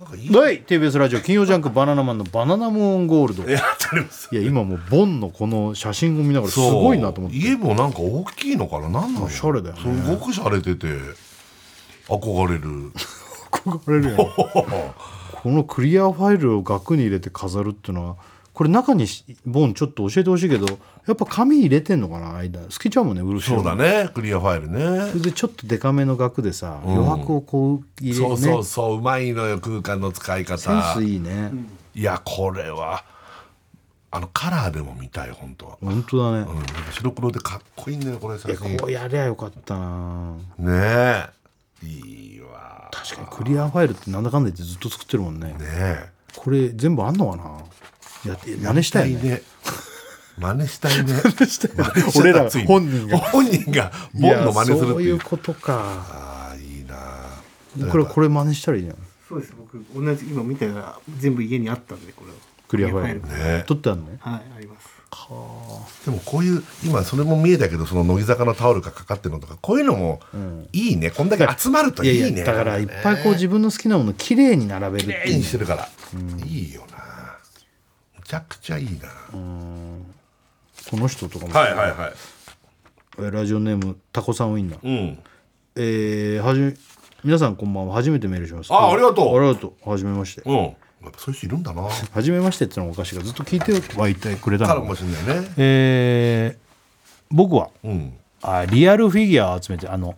Speaker 3: なんかいい
Speaker 6: はい TBS ラジオ金曜ジャンク「バナナマンのバナナムーンゴールド」い
Speaker 3: やってります
Speaker 6: や今もうボンのこの写真を見ながらすごいなと思って
Speaker 3: そう家もなんか大きいのからなんなの
Speaker 6: おしゃれだよね
Speaker 3: すごく洒落てて憧れる
Speaker 6: 憧れるよねこのクリアファイルを額に入れて飾るっていうのはこれ中にしボンちょっと教えてほしいけどやっぱ紙入れてんのかな間好きちゃうもんね漆
Speaker 3: そうだねクリアファイル
Speaker 6: それ
Speaker 3: ね
Speaker 6: でちょっとデカめの額でさ余白をこう入れ
Speaker 3: そうそう
Speaker 6: ね
Speaker 3: そううまいのよ空間の使い
Speaker 6: セン
Speaker 3: 方
Speaker 6: スいいね
Speaker 3: いやこれはあのカラーでも見たい本当は、
Speaker 6: 本当だね
Speaker 3: うん、なんか白黒でかっこいいんだよこれ
Speaker 6: い
Speaker 3: 写
Speaker 6: や
Speaker 3: 真
Speaker 6: こうやりゃよかったな
Speaker 3: ねえいいわ
Speaker 6: 確かにクリアファイルってなんだかんだ言ってずっと作ってるもんね
Speaker 3: ねえ
Speaker 6: これ全部あんのかなやって真似したいね
Speaker 3: 真似したい ね
Speaker 6: 俺ら本人が
Speaker 3: 本人がボンの真似するっ
Speaker 6: いやそう
Speaker 3: て
Speaker 6: い
Speaker 3: いう
Speaker 6: うことか
Speaker 3: ああいいな
Speaker 6: これこれ真似したらいいじゃん
Speaker 4: そうです僕同じ今見たら全部家にあったんでこれを
Speaker 6: クリアファイル
Speaker 3: ね
Speaker 6: 取ってあんの
Speaker 4: はいあります
Speaker 3: でもこういう今それも見えたけどその乃木坂のタオルがかかってるのとかこういうのもいいね、こんだけ集まるといいね
Speaker 6: やいやだからいっぱいこう自分の好きなもの綺麗に並べる
Speaker 3: 綺
Speaker 6: って
Speaker 3: 麗
Speaker 6: い
Speaker 3: に
Speaker 6: う
Speaker 3: してるから、いいよなむちゃくちゃいいな、
Speaker 6: この人とかも、
Speaker 3: はいはいはい
Speaker 6: えラジオネームタコさんウインナー、
Speaker 3: うん
Speaker 6: えーはじめ皆さんこんばんは初めてメールします
Speaker 3: あありがとう
Speaker 6: ありがとうはじめまして
Speaker 3: うんやっぱそういう人いるんだな
Speaker 6: はじめましてってのもおかしいからずっと聞いてはいてくれた
Speaker 3: から
Speaker 6: の
Speaker 3: もしれないね
Speaker 6: えー僕は
Speaker 3: うん
Speaker 6: あリアルフィギュアを集めてあの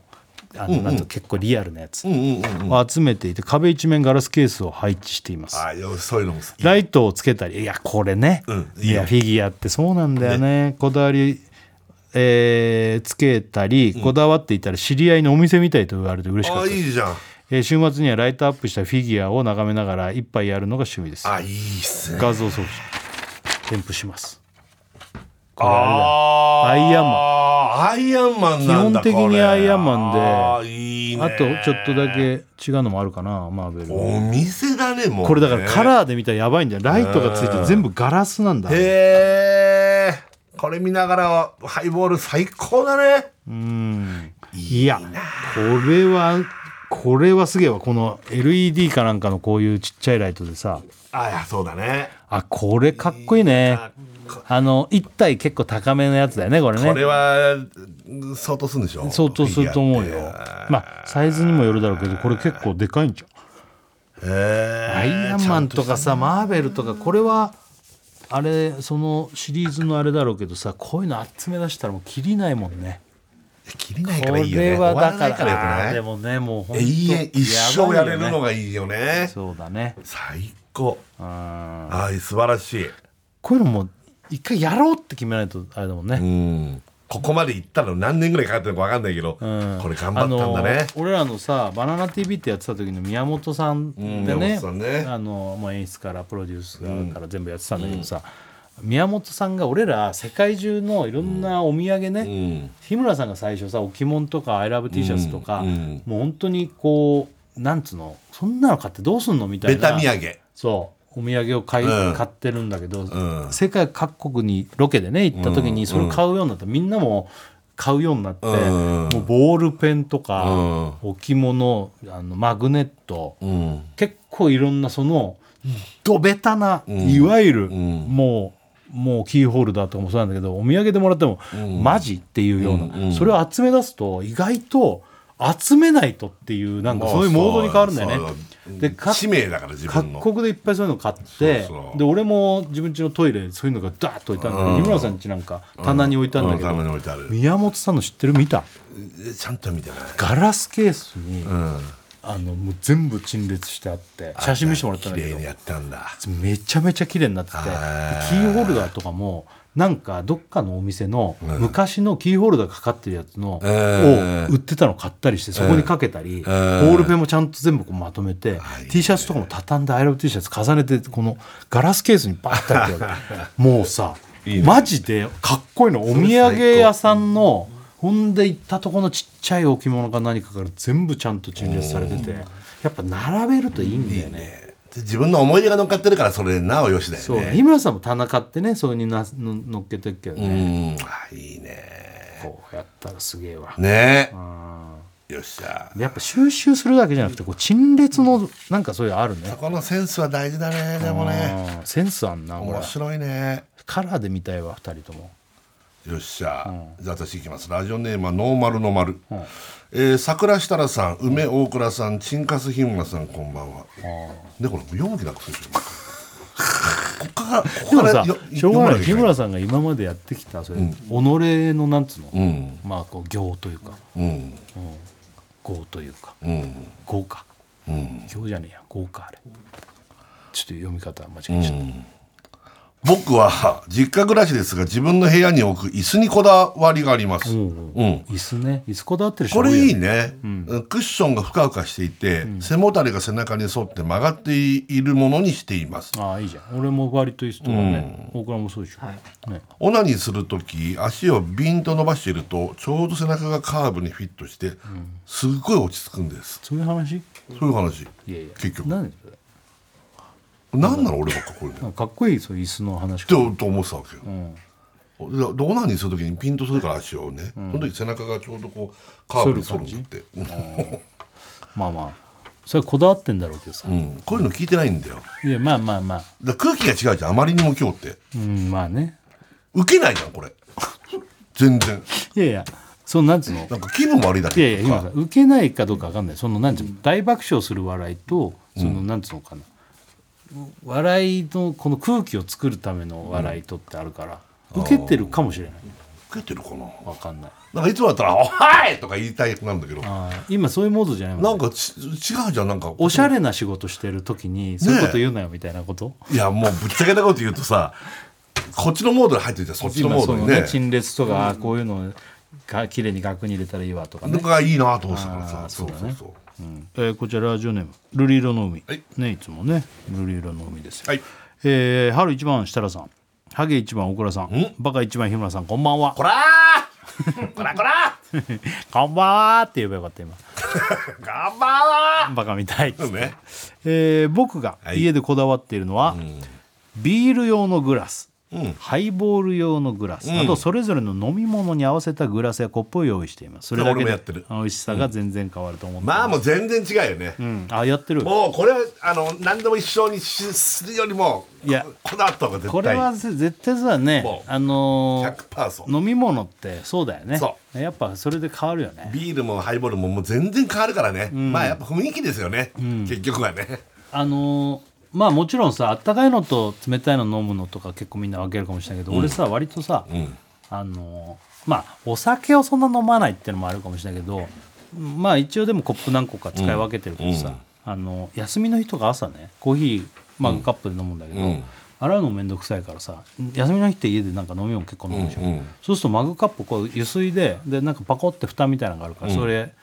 Speaker 6: あの、なんと結構リアルなやつ
Speaker 3: うんうんうんうん
Speaker 6: を集めていて壁一面ガラスケースを配置しています
Speaker 3: ああよそういうのも好き
Speaker 6: ライトをつけたりいやこれね、
Speaker 3: うんいい
Speaker 6: い
Speaker 3: よ
Speaker 6: やフィギュアってそうなんだよねこだわり、えーつけたりこだわっていたら知り合いのお店みたいと言われて嬉し
Speaker 3: あ
Speaker 6: かっ
Speaker 3: あ
Speaker 6: た
Speaker 3: い
Speaker 6: です、
Speaker 3: いじゃん
Speaker 6: えー週末にはライトアップしたフィギュアを眺めながら一杯やるのが趣味です
Speaker 3: あいいっすね
Speaker 6: 画像送信添付しますこれ
Speaker 3: あ
Speaker 6: アイアン
Speaker 3: マンアイアンマンなんだ
Speaker 6: 基本的
Speaker 3: こ
Speaker 6: に
Speaker 3: れ
Speaker 6: アイアンマンで
Speaker 3: あーいいね
Speaker 6: あとちょっとだけ違うのもあるかなマーベル
Speaker 3: お店だねもうね
Speaker 6: これだからカラーで見たらやばいんだよライトがついて全部ガラスなんだ
Speaker 3: へえこれ見ながらハイボール最高だね
Speaker 6: うんいやこれはこれはすげえわこの LED かなんかのこういうちっちゃいライトでさ
Speaker 3: あいやそうだね
Speaker 6: あこれかっこいいねあの1体結構高めのやつだよねこれね
Speaker 3: これはうん相当するんでしょ
Speaker 6: 相当すると思う
Speaker 3: フィギ
Speaker 6: よ
Speaker 3: ュアって
Speaker 6: まあサイズにもよるだろうけどこれ結構でかいんじゃん
Speaker 3: へえ
Speaker 6: アイアンマンとかさマーベルとかこれはあれそのシリーズのあれだろうけどさこういうの集め出したらもう切りないもんね
Speaker 3: 切りないか
Speaker 6: こ
Speaker 3: らいいよね
Speaker 6: れはだから
Speaker 3: 終わらないから
Speaker 6: あーで
Speaker 3: よく
Speaker 6: もねもうほん
Speaker 3: な
Speaker 6: と
Speaker 3: い永遠一生やれる
Speaker 6: ば
Speaker 3: の
Speaker 6: いよね
Speaker 3: がいいよね
Speaker 6: そうだね
Speaker 3: 最高
Speaker 6: うん
Speaker 3: あー素晴らしい
Speaker 6: こういうのも一回やろうって決めないとあれだもんね、
Speaker 3: うんここまで行ったら何年ぐらいかかってるのか分かんないけど、
Speaker 6: うん
Speaker 3: これ頑張ったんだね
Speaker 6: あの俺らのさ「バナナ TV」ってやってた時の宮本さんで
Speaker 3: うん
Speaker 6: ね,、
Speaker 3: 宮本さんね
Speaker 6: あのもう演出からプロデュースからから全部やってたんだけどさ、宮本さんが俺ら世界中のいろんなお土産ね、
Speaker 3: うん
Speaker 6: 日村さんが最初さ置物とか「ILOVET シャツ」とか、
Speaker 3: うんうん
Speaker 6: もう本当にこうなんつうのそんなの買ってどうすんのみたい
Speaker 3: ベ
Speaker 6: な
Speaker 3: タ土産
Speaker 6: そうお土産を買い、
Speaker 3: うん
Speaker 6: 買ってるんだけど、
Speaker 3: うん
Speaker 6: 世界各国にロケでね行った時
Speaker 3: う
Speaker 6: に
Speaker 3: ん
Speaker 6: それ買うようになった、みんなも買うようになって、
Speaker 3: うん
Speaker 6: もうボールペンとか、
Speaker 3: うん
Speaker 6: 置物あのマグネット、
Speaker 3: うん
Speaker 6: 結構いろんなそのドベタな、
Speaker 3: ん
Speaker 6: いわゆる、
Speaker 3: ん
Speaker 6: もう。もうキーホルダーとかもそうなんだけどお土産でもらっても、
Speaker 3: うん
Speaker 6: マジっていうような、
Speaker 3: うんうん
Speaker 6: それを集め出すと意外と集めないとっていうなんかそういうモードに変わるんだよね。で
Speaker 3: で
Speaker 6: か
Speaker 3: 使命だから自分の
Speaker 6: 各国でいっぱいそういうの買って
Speaker 3: そうそう
Speaker 6: で俺も自分家のトイレそういうのがダーッと置いたんだけど、
Speaker 3: うん
Speaker 6: 日村さん家なんか棚に置いたんだけど、
Speaker 3: うん棚に置いてある
Speaker 6: 宮本さんの知ってる見た
Speaker 3: えちゃんと見てない
Speaker 6: ガラスケースに、
Speaker 3: うん
Speaker 6: あのもう全部陳列してあって写真見せてもらったんだけ
Speaker 3: 綺
Speaker 6: ど
Speaker 3: 麗にやったんだ
Speaker 6: めちゃめちゃ綺麗になっててでキ
Speaker 3: あー
Speaker 6: ーホルダーとかもなんかどっかのお店の昔のキーホルダーかかってるやつのを
Speaker 3: うん
Speaker 6: 売ってたの買ったりしてそこにかけたりボールペンもちゃんと全部こうまとめて T シャツとかも畳んでアイロブ T シャツ重ねてこのガラスケースにバーッてあるわ けもうさ
Speaker 3: いいね
Speaker 6: マジでかっこいいのお土産屋さんのほんで行ったとこのちっちゃい置物か何かから全部ちゃんと陳列されててやっぱ並べるといいんだよね。
Speaker 3: で自分の思い出が乗っかってるからそれなおよしだ
Speaker 6: そう
Speaker 3: よ
Speaker 6: ね
Speaker 3: ね
Speaker 6: 日村さんも田中ってねそれになの乗っけてるけど
Speaker 3: う
Speaker 6: ね、
Speaker 3: んあいいね
Speaker 6: こうやったらすげえわ、
Speaker 3: ね
Speaker 6: うん
Speaker 3: よっしゃ
Speaker 6: やっぱ収集するだけじゃなくてこう陳列のなんかそういうのある
Speaker 3: そ
Speaker 6: ね
Speaker 3: このセンスは大事だねでもね
Speaker 6: うんセンスあんなこれ
Speaker 3: 面白いね
Speaker 6: カラーで見たいわ2人とも
Speaker 3: よっしゃ、じゃあ私いきますラジオネームはノーマルの丸、
Speaker 6: ん
Speaker 3: えー桜設楽さん梅大倉さんチンカス日村さんこんばんはでこれ読む気なくす るでしょここからこ
Speaker 6: で
Speaker 3: こか
Speaker 6: も
Speaker 3: ら
Speaker 6: さ
Speaker 3: よ
Speaker 6: しょうがない日
Speaker 3: 読ま
Speaker 6: 村
Speaker 3: きゃ
Speaker 6: さんが今までやってきたそれ、己のなんつうの、
Speaker 3: うん
Speaker 6: まあこう行というか
Speaker 3: うん
Speaker 6: 業というか
Speaker 3: うん
Speaker 6: 豪華
Speaker 3: うん
Speaker 6: 行じゃねえや豪華あれちょっと読み方間違えちゃ
Speaker 3: う
Speaker 6: った、
Speaker 3: ん僕は実家暮らしですが自分の部屋に置く椅子にこだわりがあります、
Speaker 6: うん
Speaker 3: うん
Speaker 6: 椅子ね椅子こだわってる
Speaker 3: こ
Speaker 6: 人多
Speaker 3: れ
Speaker 6: よ
Speaker 3: い
Speaker 6: ね
Speaker 3: いね、クッションがふかふかしていて、背もたれが背中に沿って曲がっているものにしています
Speaker 6: ああいいじゃん俺も割と椅子とかね、大倉もそうでしょ、ね、
Speaker 3: オナニーする時足をビンと伸ばしているとちょうど背中がカーブにフィットして、すっごい落ち着くんです
Speaker 6: そういう話い
Speaker 3: そういう話
Speaker 6: やいや
Speaker 3: 結局
Speaker 6: 何それ
Speaker 3: 何なの俺ばっかこれ
Speaker 6: なんかかっこいいそういう椅子の
Speaker 3: っ
Speaker 6: 話
Speaker 3: てと思ってたわけよ、
Speaker 6: ん
Speaker 3: でオナニーする時にピンとするから足をね、その時背中がちょうどこうカーブに反るんだって、
Speaker 6: まあまあそれこだわってんだろうけどさ、
Speaker 3: うん、こういうの聞いてないんだよだか
Speaker 6: いやまあまあまあ
Speaker 3: ら空気が違うじゃんあまりにも今日って
Speaker 6: うんまあね
Speaker 3: 受けないじゃんこれ全然
Speaker 6: いやいやそのなんつうの
Speaker 3: なんか気分悪いだ
Speaker 6: いやい
Speaker 3: け
Speaker 6: や今さ受けないかどうかわかんないそのなんつうの大爆笑する笑いとそのなんつうのかな、笑いのこの空気を作るための笑いとってあるから、受けてるかもしれない
Speaker 3: 受けてるかな
Speaker 6: わかんない
Speaker 3: なんかいつもだったら「おはい!」とか言いたいなんだけどな
Speaker 6: あー今そういうモードじゃないもんね
Speaker 3: んかち違うじゃんなんか
Speaker 6: おしゃれな仕事してる時にそういうこと言うなよみたいなこと、
Speaker 3: いやもうぶっちゃけたこと言うとさこっちのモードに入ってるじゃんそっちの
Speaker 6: 今
Speaker 3: モー
Speaker 6: そ
Speaker 3: ド
Speaker 6: の
Speaker 3: に
Speaker 6: ね
Speaker 3: ね
Speaker 6: 陳列とかこういうのが綺麗に額に入れたらいいわとか
Speaker 3: な
Speaker 6: ね
Speaker 3: ん、かいいなと思ってたから
Speaker 6: あ
Speaker 3: さ
Speaker 6: ー
Speaker 3: そう
Speaker 6: そう
Speaker 3: そ
Speaker 6: だ
Speaker 3: う
Speaker 6: ね
Speaker 3: そう
Speaker 6: うんえーこちらラジオネームルリ色の海、
Speaker 3: はい
Speaker 6: ねいつもねルリ色の海ですよ、
Speaker 3: はい
Speaker 6: えー春一番設楽さんハゲ一番大倉さん
Speaker 3: ん
Speaker 6: バカ一番日村さんこんばんは
Speaker 3: こらー こらこら
Speaker 6: こんばんはって言えばよかった今
Speaker 3: 頑張
Speaker 6: バカみたいっつっ
Speaker 3: ろ
Speaker 6: て
Speaker 3: うね
Speaker 6: えー僕が
Speaker 3: はい
Speaker 6: 家でこだわっているのは、ビール用のグラス、
Speaker 3: ん
Speaker 6: ハイボール用のグラスなどそれぞれの飲み物に合わせたグラスやコップを用意していますそれだけ
Speaker 3: 俺もや
Speaker 6: で
Speaker 3: ってる
Speaker 6: 美味しさが全然変わると思って
Speaker 3: まあも
Speaker 6: う、
Speaker 3: う全然違うよね、
Speaker 6: うん、あやってる
Speaker 3: もうこれはあの何でも一緒にしするよりも
Speaker 6: いや
Speaker 3: ここだわった方が絶対
Speaker 6: これはぜ絶対さね
Speaker 3: もう
Speaker 6: あのー
Speaker 3: 100%そう
Speaker 6: 飲み物ってそうだよね
Speaker 3: そ
Speaker 6: やっぱそれで変わるよね
Speaker 3: ビールもハイボールももう全然変わるからね、まあやっぱ雰囲気ですよね、結局はね
Speaker 6: あのーまあもちろんさあったかいのと冷たいの飲むのとか結構みんな分けるかもしれないけど、俺さ割とさ、
Speaker 3: ん
Speaker 6: あのーまあお酒をそんな飲まないっていうのもあるかもしれないけどまあ一応でもコップ何個か使い分けてるけどさ、
Speaker 3: うん
Speaker 6: あの休みの日とか朝ねコーヒーマグカップで飲むんだけど、
Speaker 3: うん
Speaker 6: 洗うのも面倒くさいからさ休みの日って家でなんか飲み物結構飲むでしょ、
Speaker 3: うんうん
Speaker 6: そうするとマグカップこう湯水ででなんかパコって蓋みたいなのがあるから、それ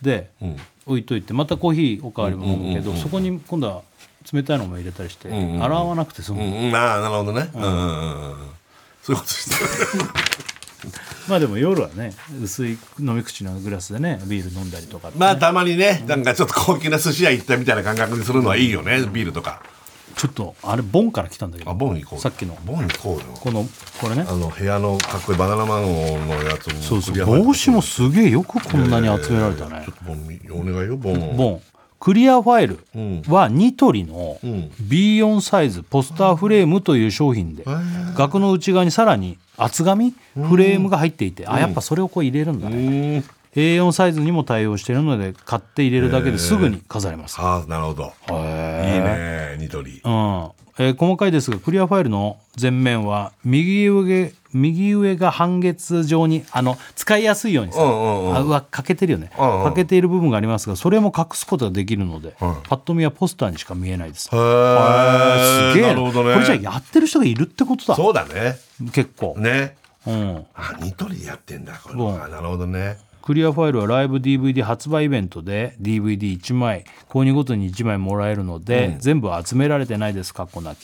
Speaker 6: で
Speaker 3: うん
Speaker 6: 置いといてまたコーヒーおかわりも飲む
Speaker 3: う
Speaker 6: けど、
Speaker 3: んうんうんうん
Speaker 6: そこに今度は冷たいのも入れたりして、
Speaker 3: んうん
Speaker 6: 洗わなくて済む、
Speaker 3: うん、ああなるほどね、うんうんうんうん、そういうことしてる
Speaker 6: まあでも夜はね薄い飲み口のグラスでねビール飲んだりとかってね、
Speaker 3: まあたまにねなんかちょっと高級な寿司屋行ったみたいな感覚にするのはいいよねビールとか
Speaker 6: ちょっとあれボンから来たんだけど
Speaker 3: あボン行こうよ
Speaker 6: さっきの
Speaker 3: ボン行こうよ
Speaker 6: このこれね
Speaker 3: あの部屋のかっこいいバナナマンゴーのやつも
Speaker 6: そうそ
Speaker 3: ク
Speaker 6: う
Speaker 3: リアファイル
Speaker 6: 帽子もすげえよくこんなに集められたね
Speaker 3: ちょっとボン見お願いよボン
Speaker 6: ボンクリアファイル
Speaker 3: うん
Speaker 6: はニトリの
Speaker 3: うん
Speaker 6: B4 サイズポスターフレームという商品で額の内側にさらに厚紙フレームが入っていてあやっぱそれをこう入れるんだ
Speaker 3: う
Speaker 6: ね
Speaker 3: ーん
Speaker 6: A4 サイズにも対応しているので買って入れるだけですぐに飾れます
Speaker 3: ああなるほどいいねニトリ
Speaker 6: うんえー細かいですがクリアファイルの前面は右上右上が半月状にあの使いやすいようにさ、
Speaker 3: うんうんうん
Speaker 6: あうわ欠けてるよね、
Speaker 3: うんうん
Speaker 6: 欠けている部分がありますがそれも隠すことができるので、
Speaker 3: うん
Speaker 6: パッと見はポスターにしか見えないです、
Speaker 3: へ
Speaker 6: あー
Speaker 3: え
Speaker 6: すげ
Speaker 3: な
Speaker 6: えな
Speaker 3: るほどね
Speaker 6: これじゃあやってる人がいるってことだ
Speaker 3: そうだね
Speaker 6: 結構、
Speaker 3: ね
Speaker 6: うん、
Speaker 3: あニトリやってんだこれ
Speaker 6: ボン
Speaker 3: あなるほどね
Speaker 6: クリアファイルはライブ DVD 発売イベントで DVD1 枚購入ごとに1枚もらえるので、全部は集められてないですかっこなき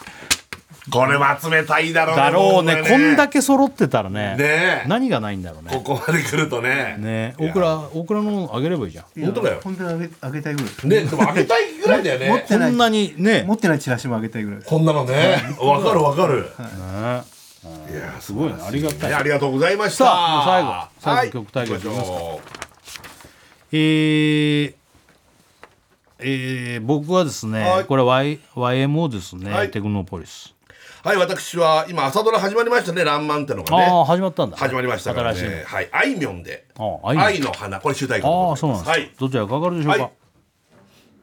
Speaker 3: これは集めたいだろう
Speaker 6: だろうねこんだ
Speaker 3: け
Speaker 6: け揃ってたらね
Speaker 3: ねえ
Speaker 6: 何がないんだろうね
Speaker 3: ここまで来るとね
Speaker 6: ね
Speaker 3: い
Speaker 6: オ
Speaker 3: や
Speaker 6: クラオクラのあげればいいじゃん
Speaker 3: 本当だよ
Speaker 4: 本当にあげあげたいぐらいです
Speaker 3: ねでもあげたいぐらいだよ
Speaker 4: 持っ
Speaker 3: ね
Speaker 6: こ
Speaker 4: てない
Speaker 6: んなにね
Speaker 4: 持ってないチラシもあげたいぐらいです
Speaker 3: こんなのねわかるわかる
Speaker 6: ね
Speaker 3: いやす
Speaker 6: すごいねありがたい、
Speaker 3: ねありがとうございました
Speaker 6: さあもう最後最後曲対決
Speaker 3: はい行きましょう
Speaker 6: えーえー僕はですね、
Speaker 3: はい
Speaker 6: これ y YMO ですね、
Speaker 3: はい
Speaker 6: テクノポリス、
Speaker 3: はい私は今朝ドラ始まりましたね「らんまん」ってのが
Speaker 6: ああ
Speaker 3: ね
Speaker 6: 始まったんだ
Speaker 3: 始まりましたから
Speaker 6: 新しいの
Speaker 3: ねはいあいみょんで
Speaker 6: あーあいみょん
Speaker 3: 愛の花これ集大曲で
Speaker 6: あ
Speaker 3: ご
Speaker 6: あ
Speaker 3: ざ
Speaker 6: そ
Speaker 3: いうま
Speaker 6: なん
Speaker 3: す
Speaker 6: です、どちらがかかるでしょう
Speaker 3: は
Speaker 6: か、
Speaker 3: いはい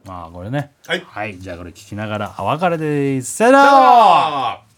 Speaker 6: ああこれね
Speaker 3: はい
Speaker 6: じゃあこれ聞きながらお別れですさよなら
Speaker 3: あー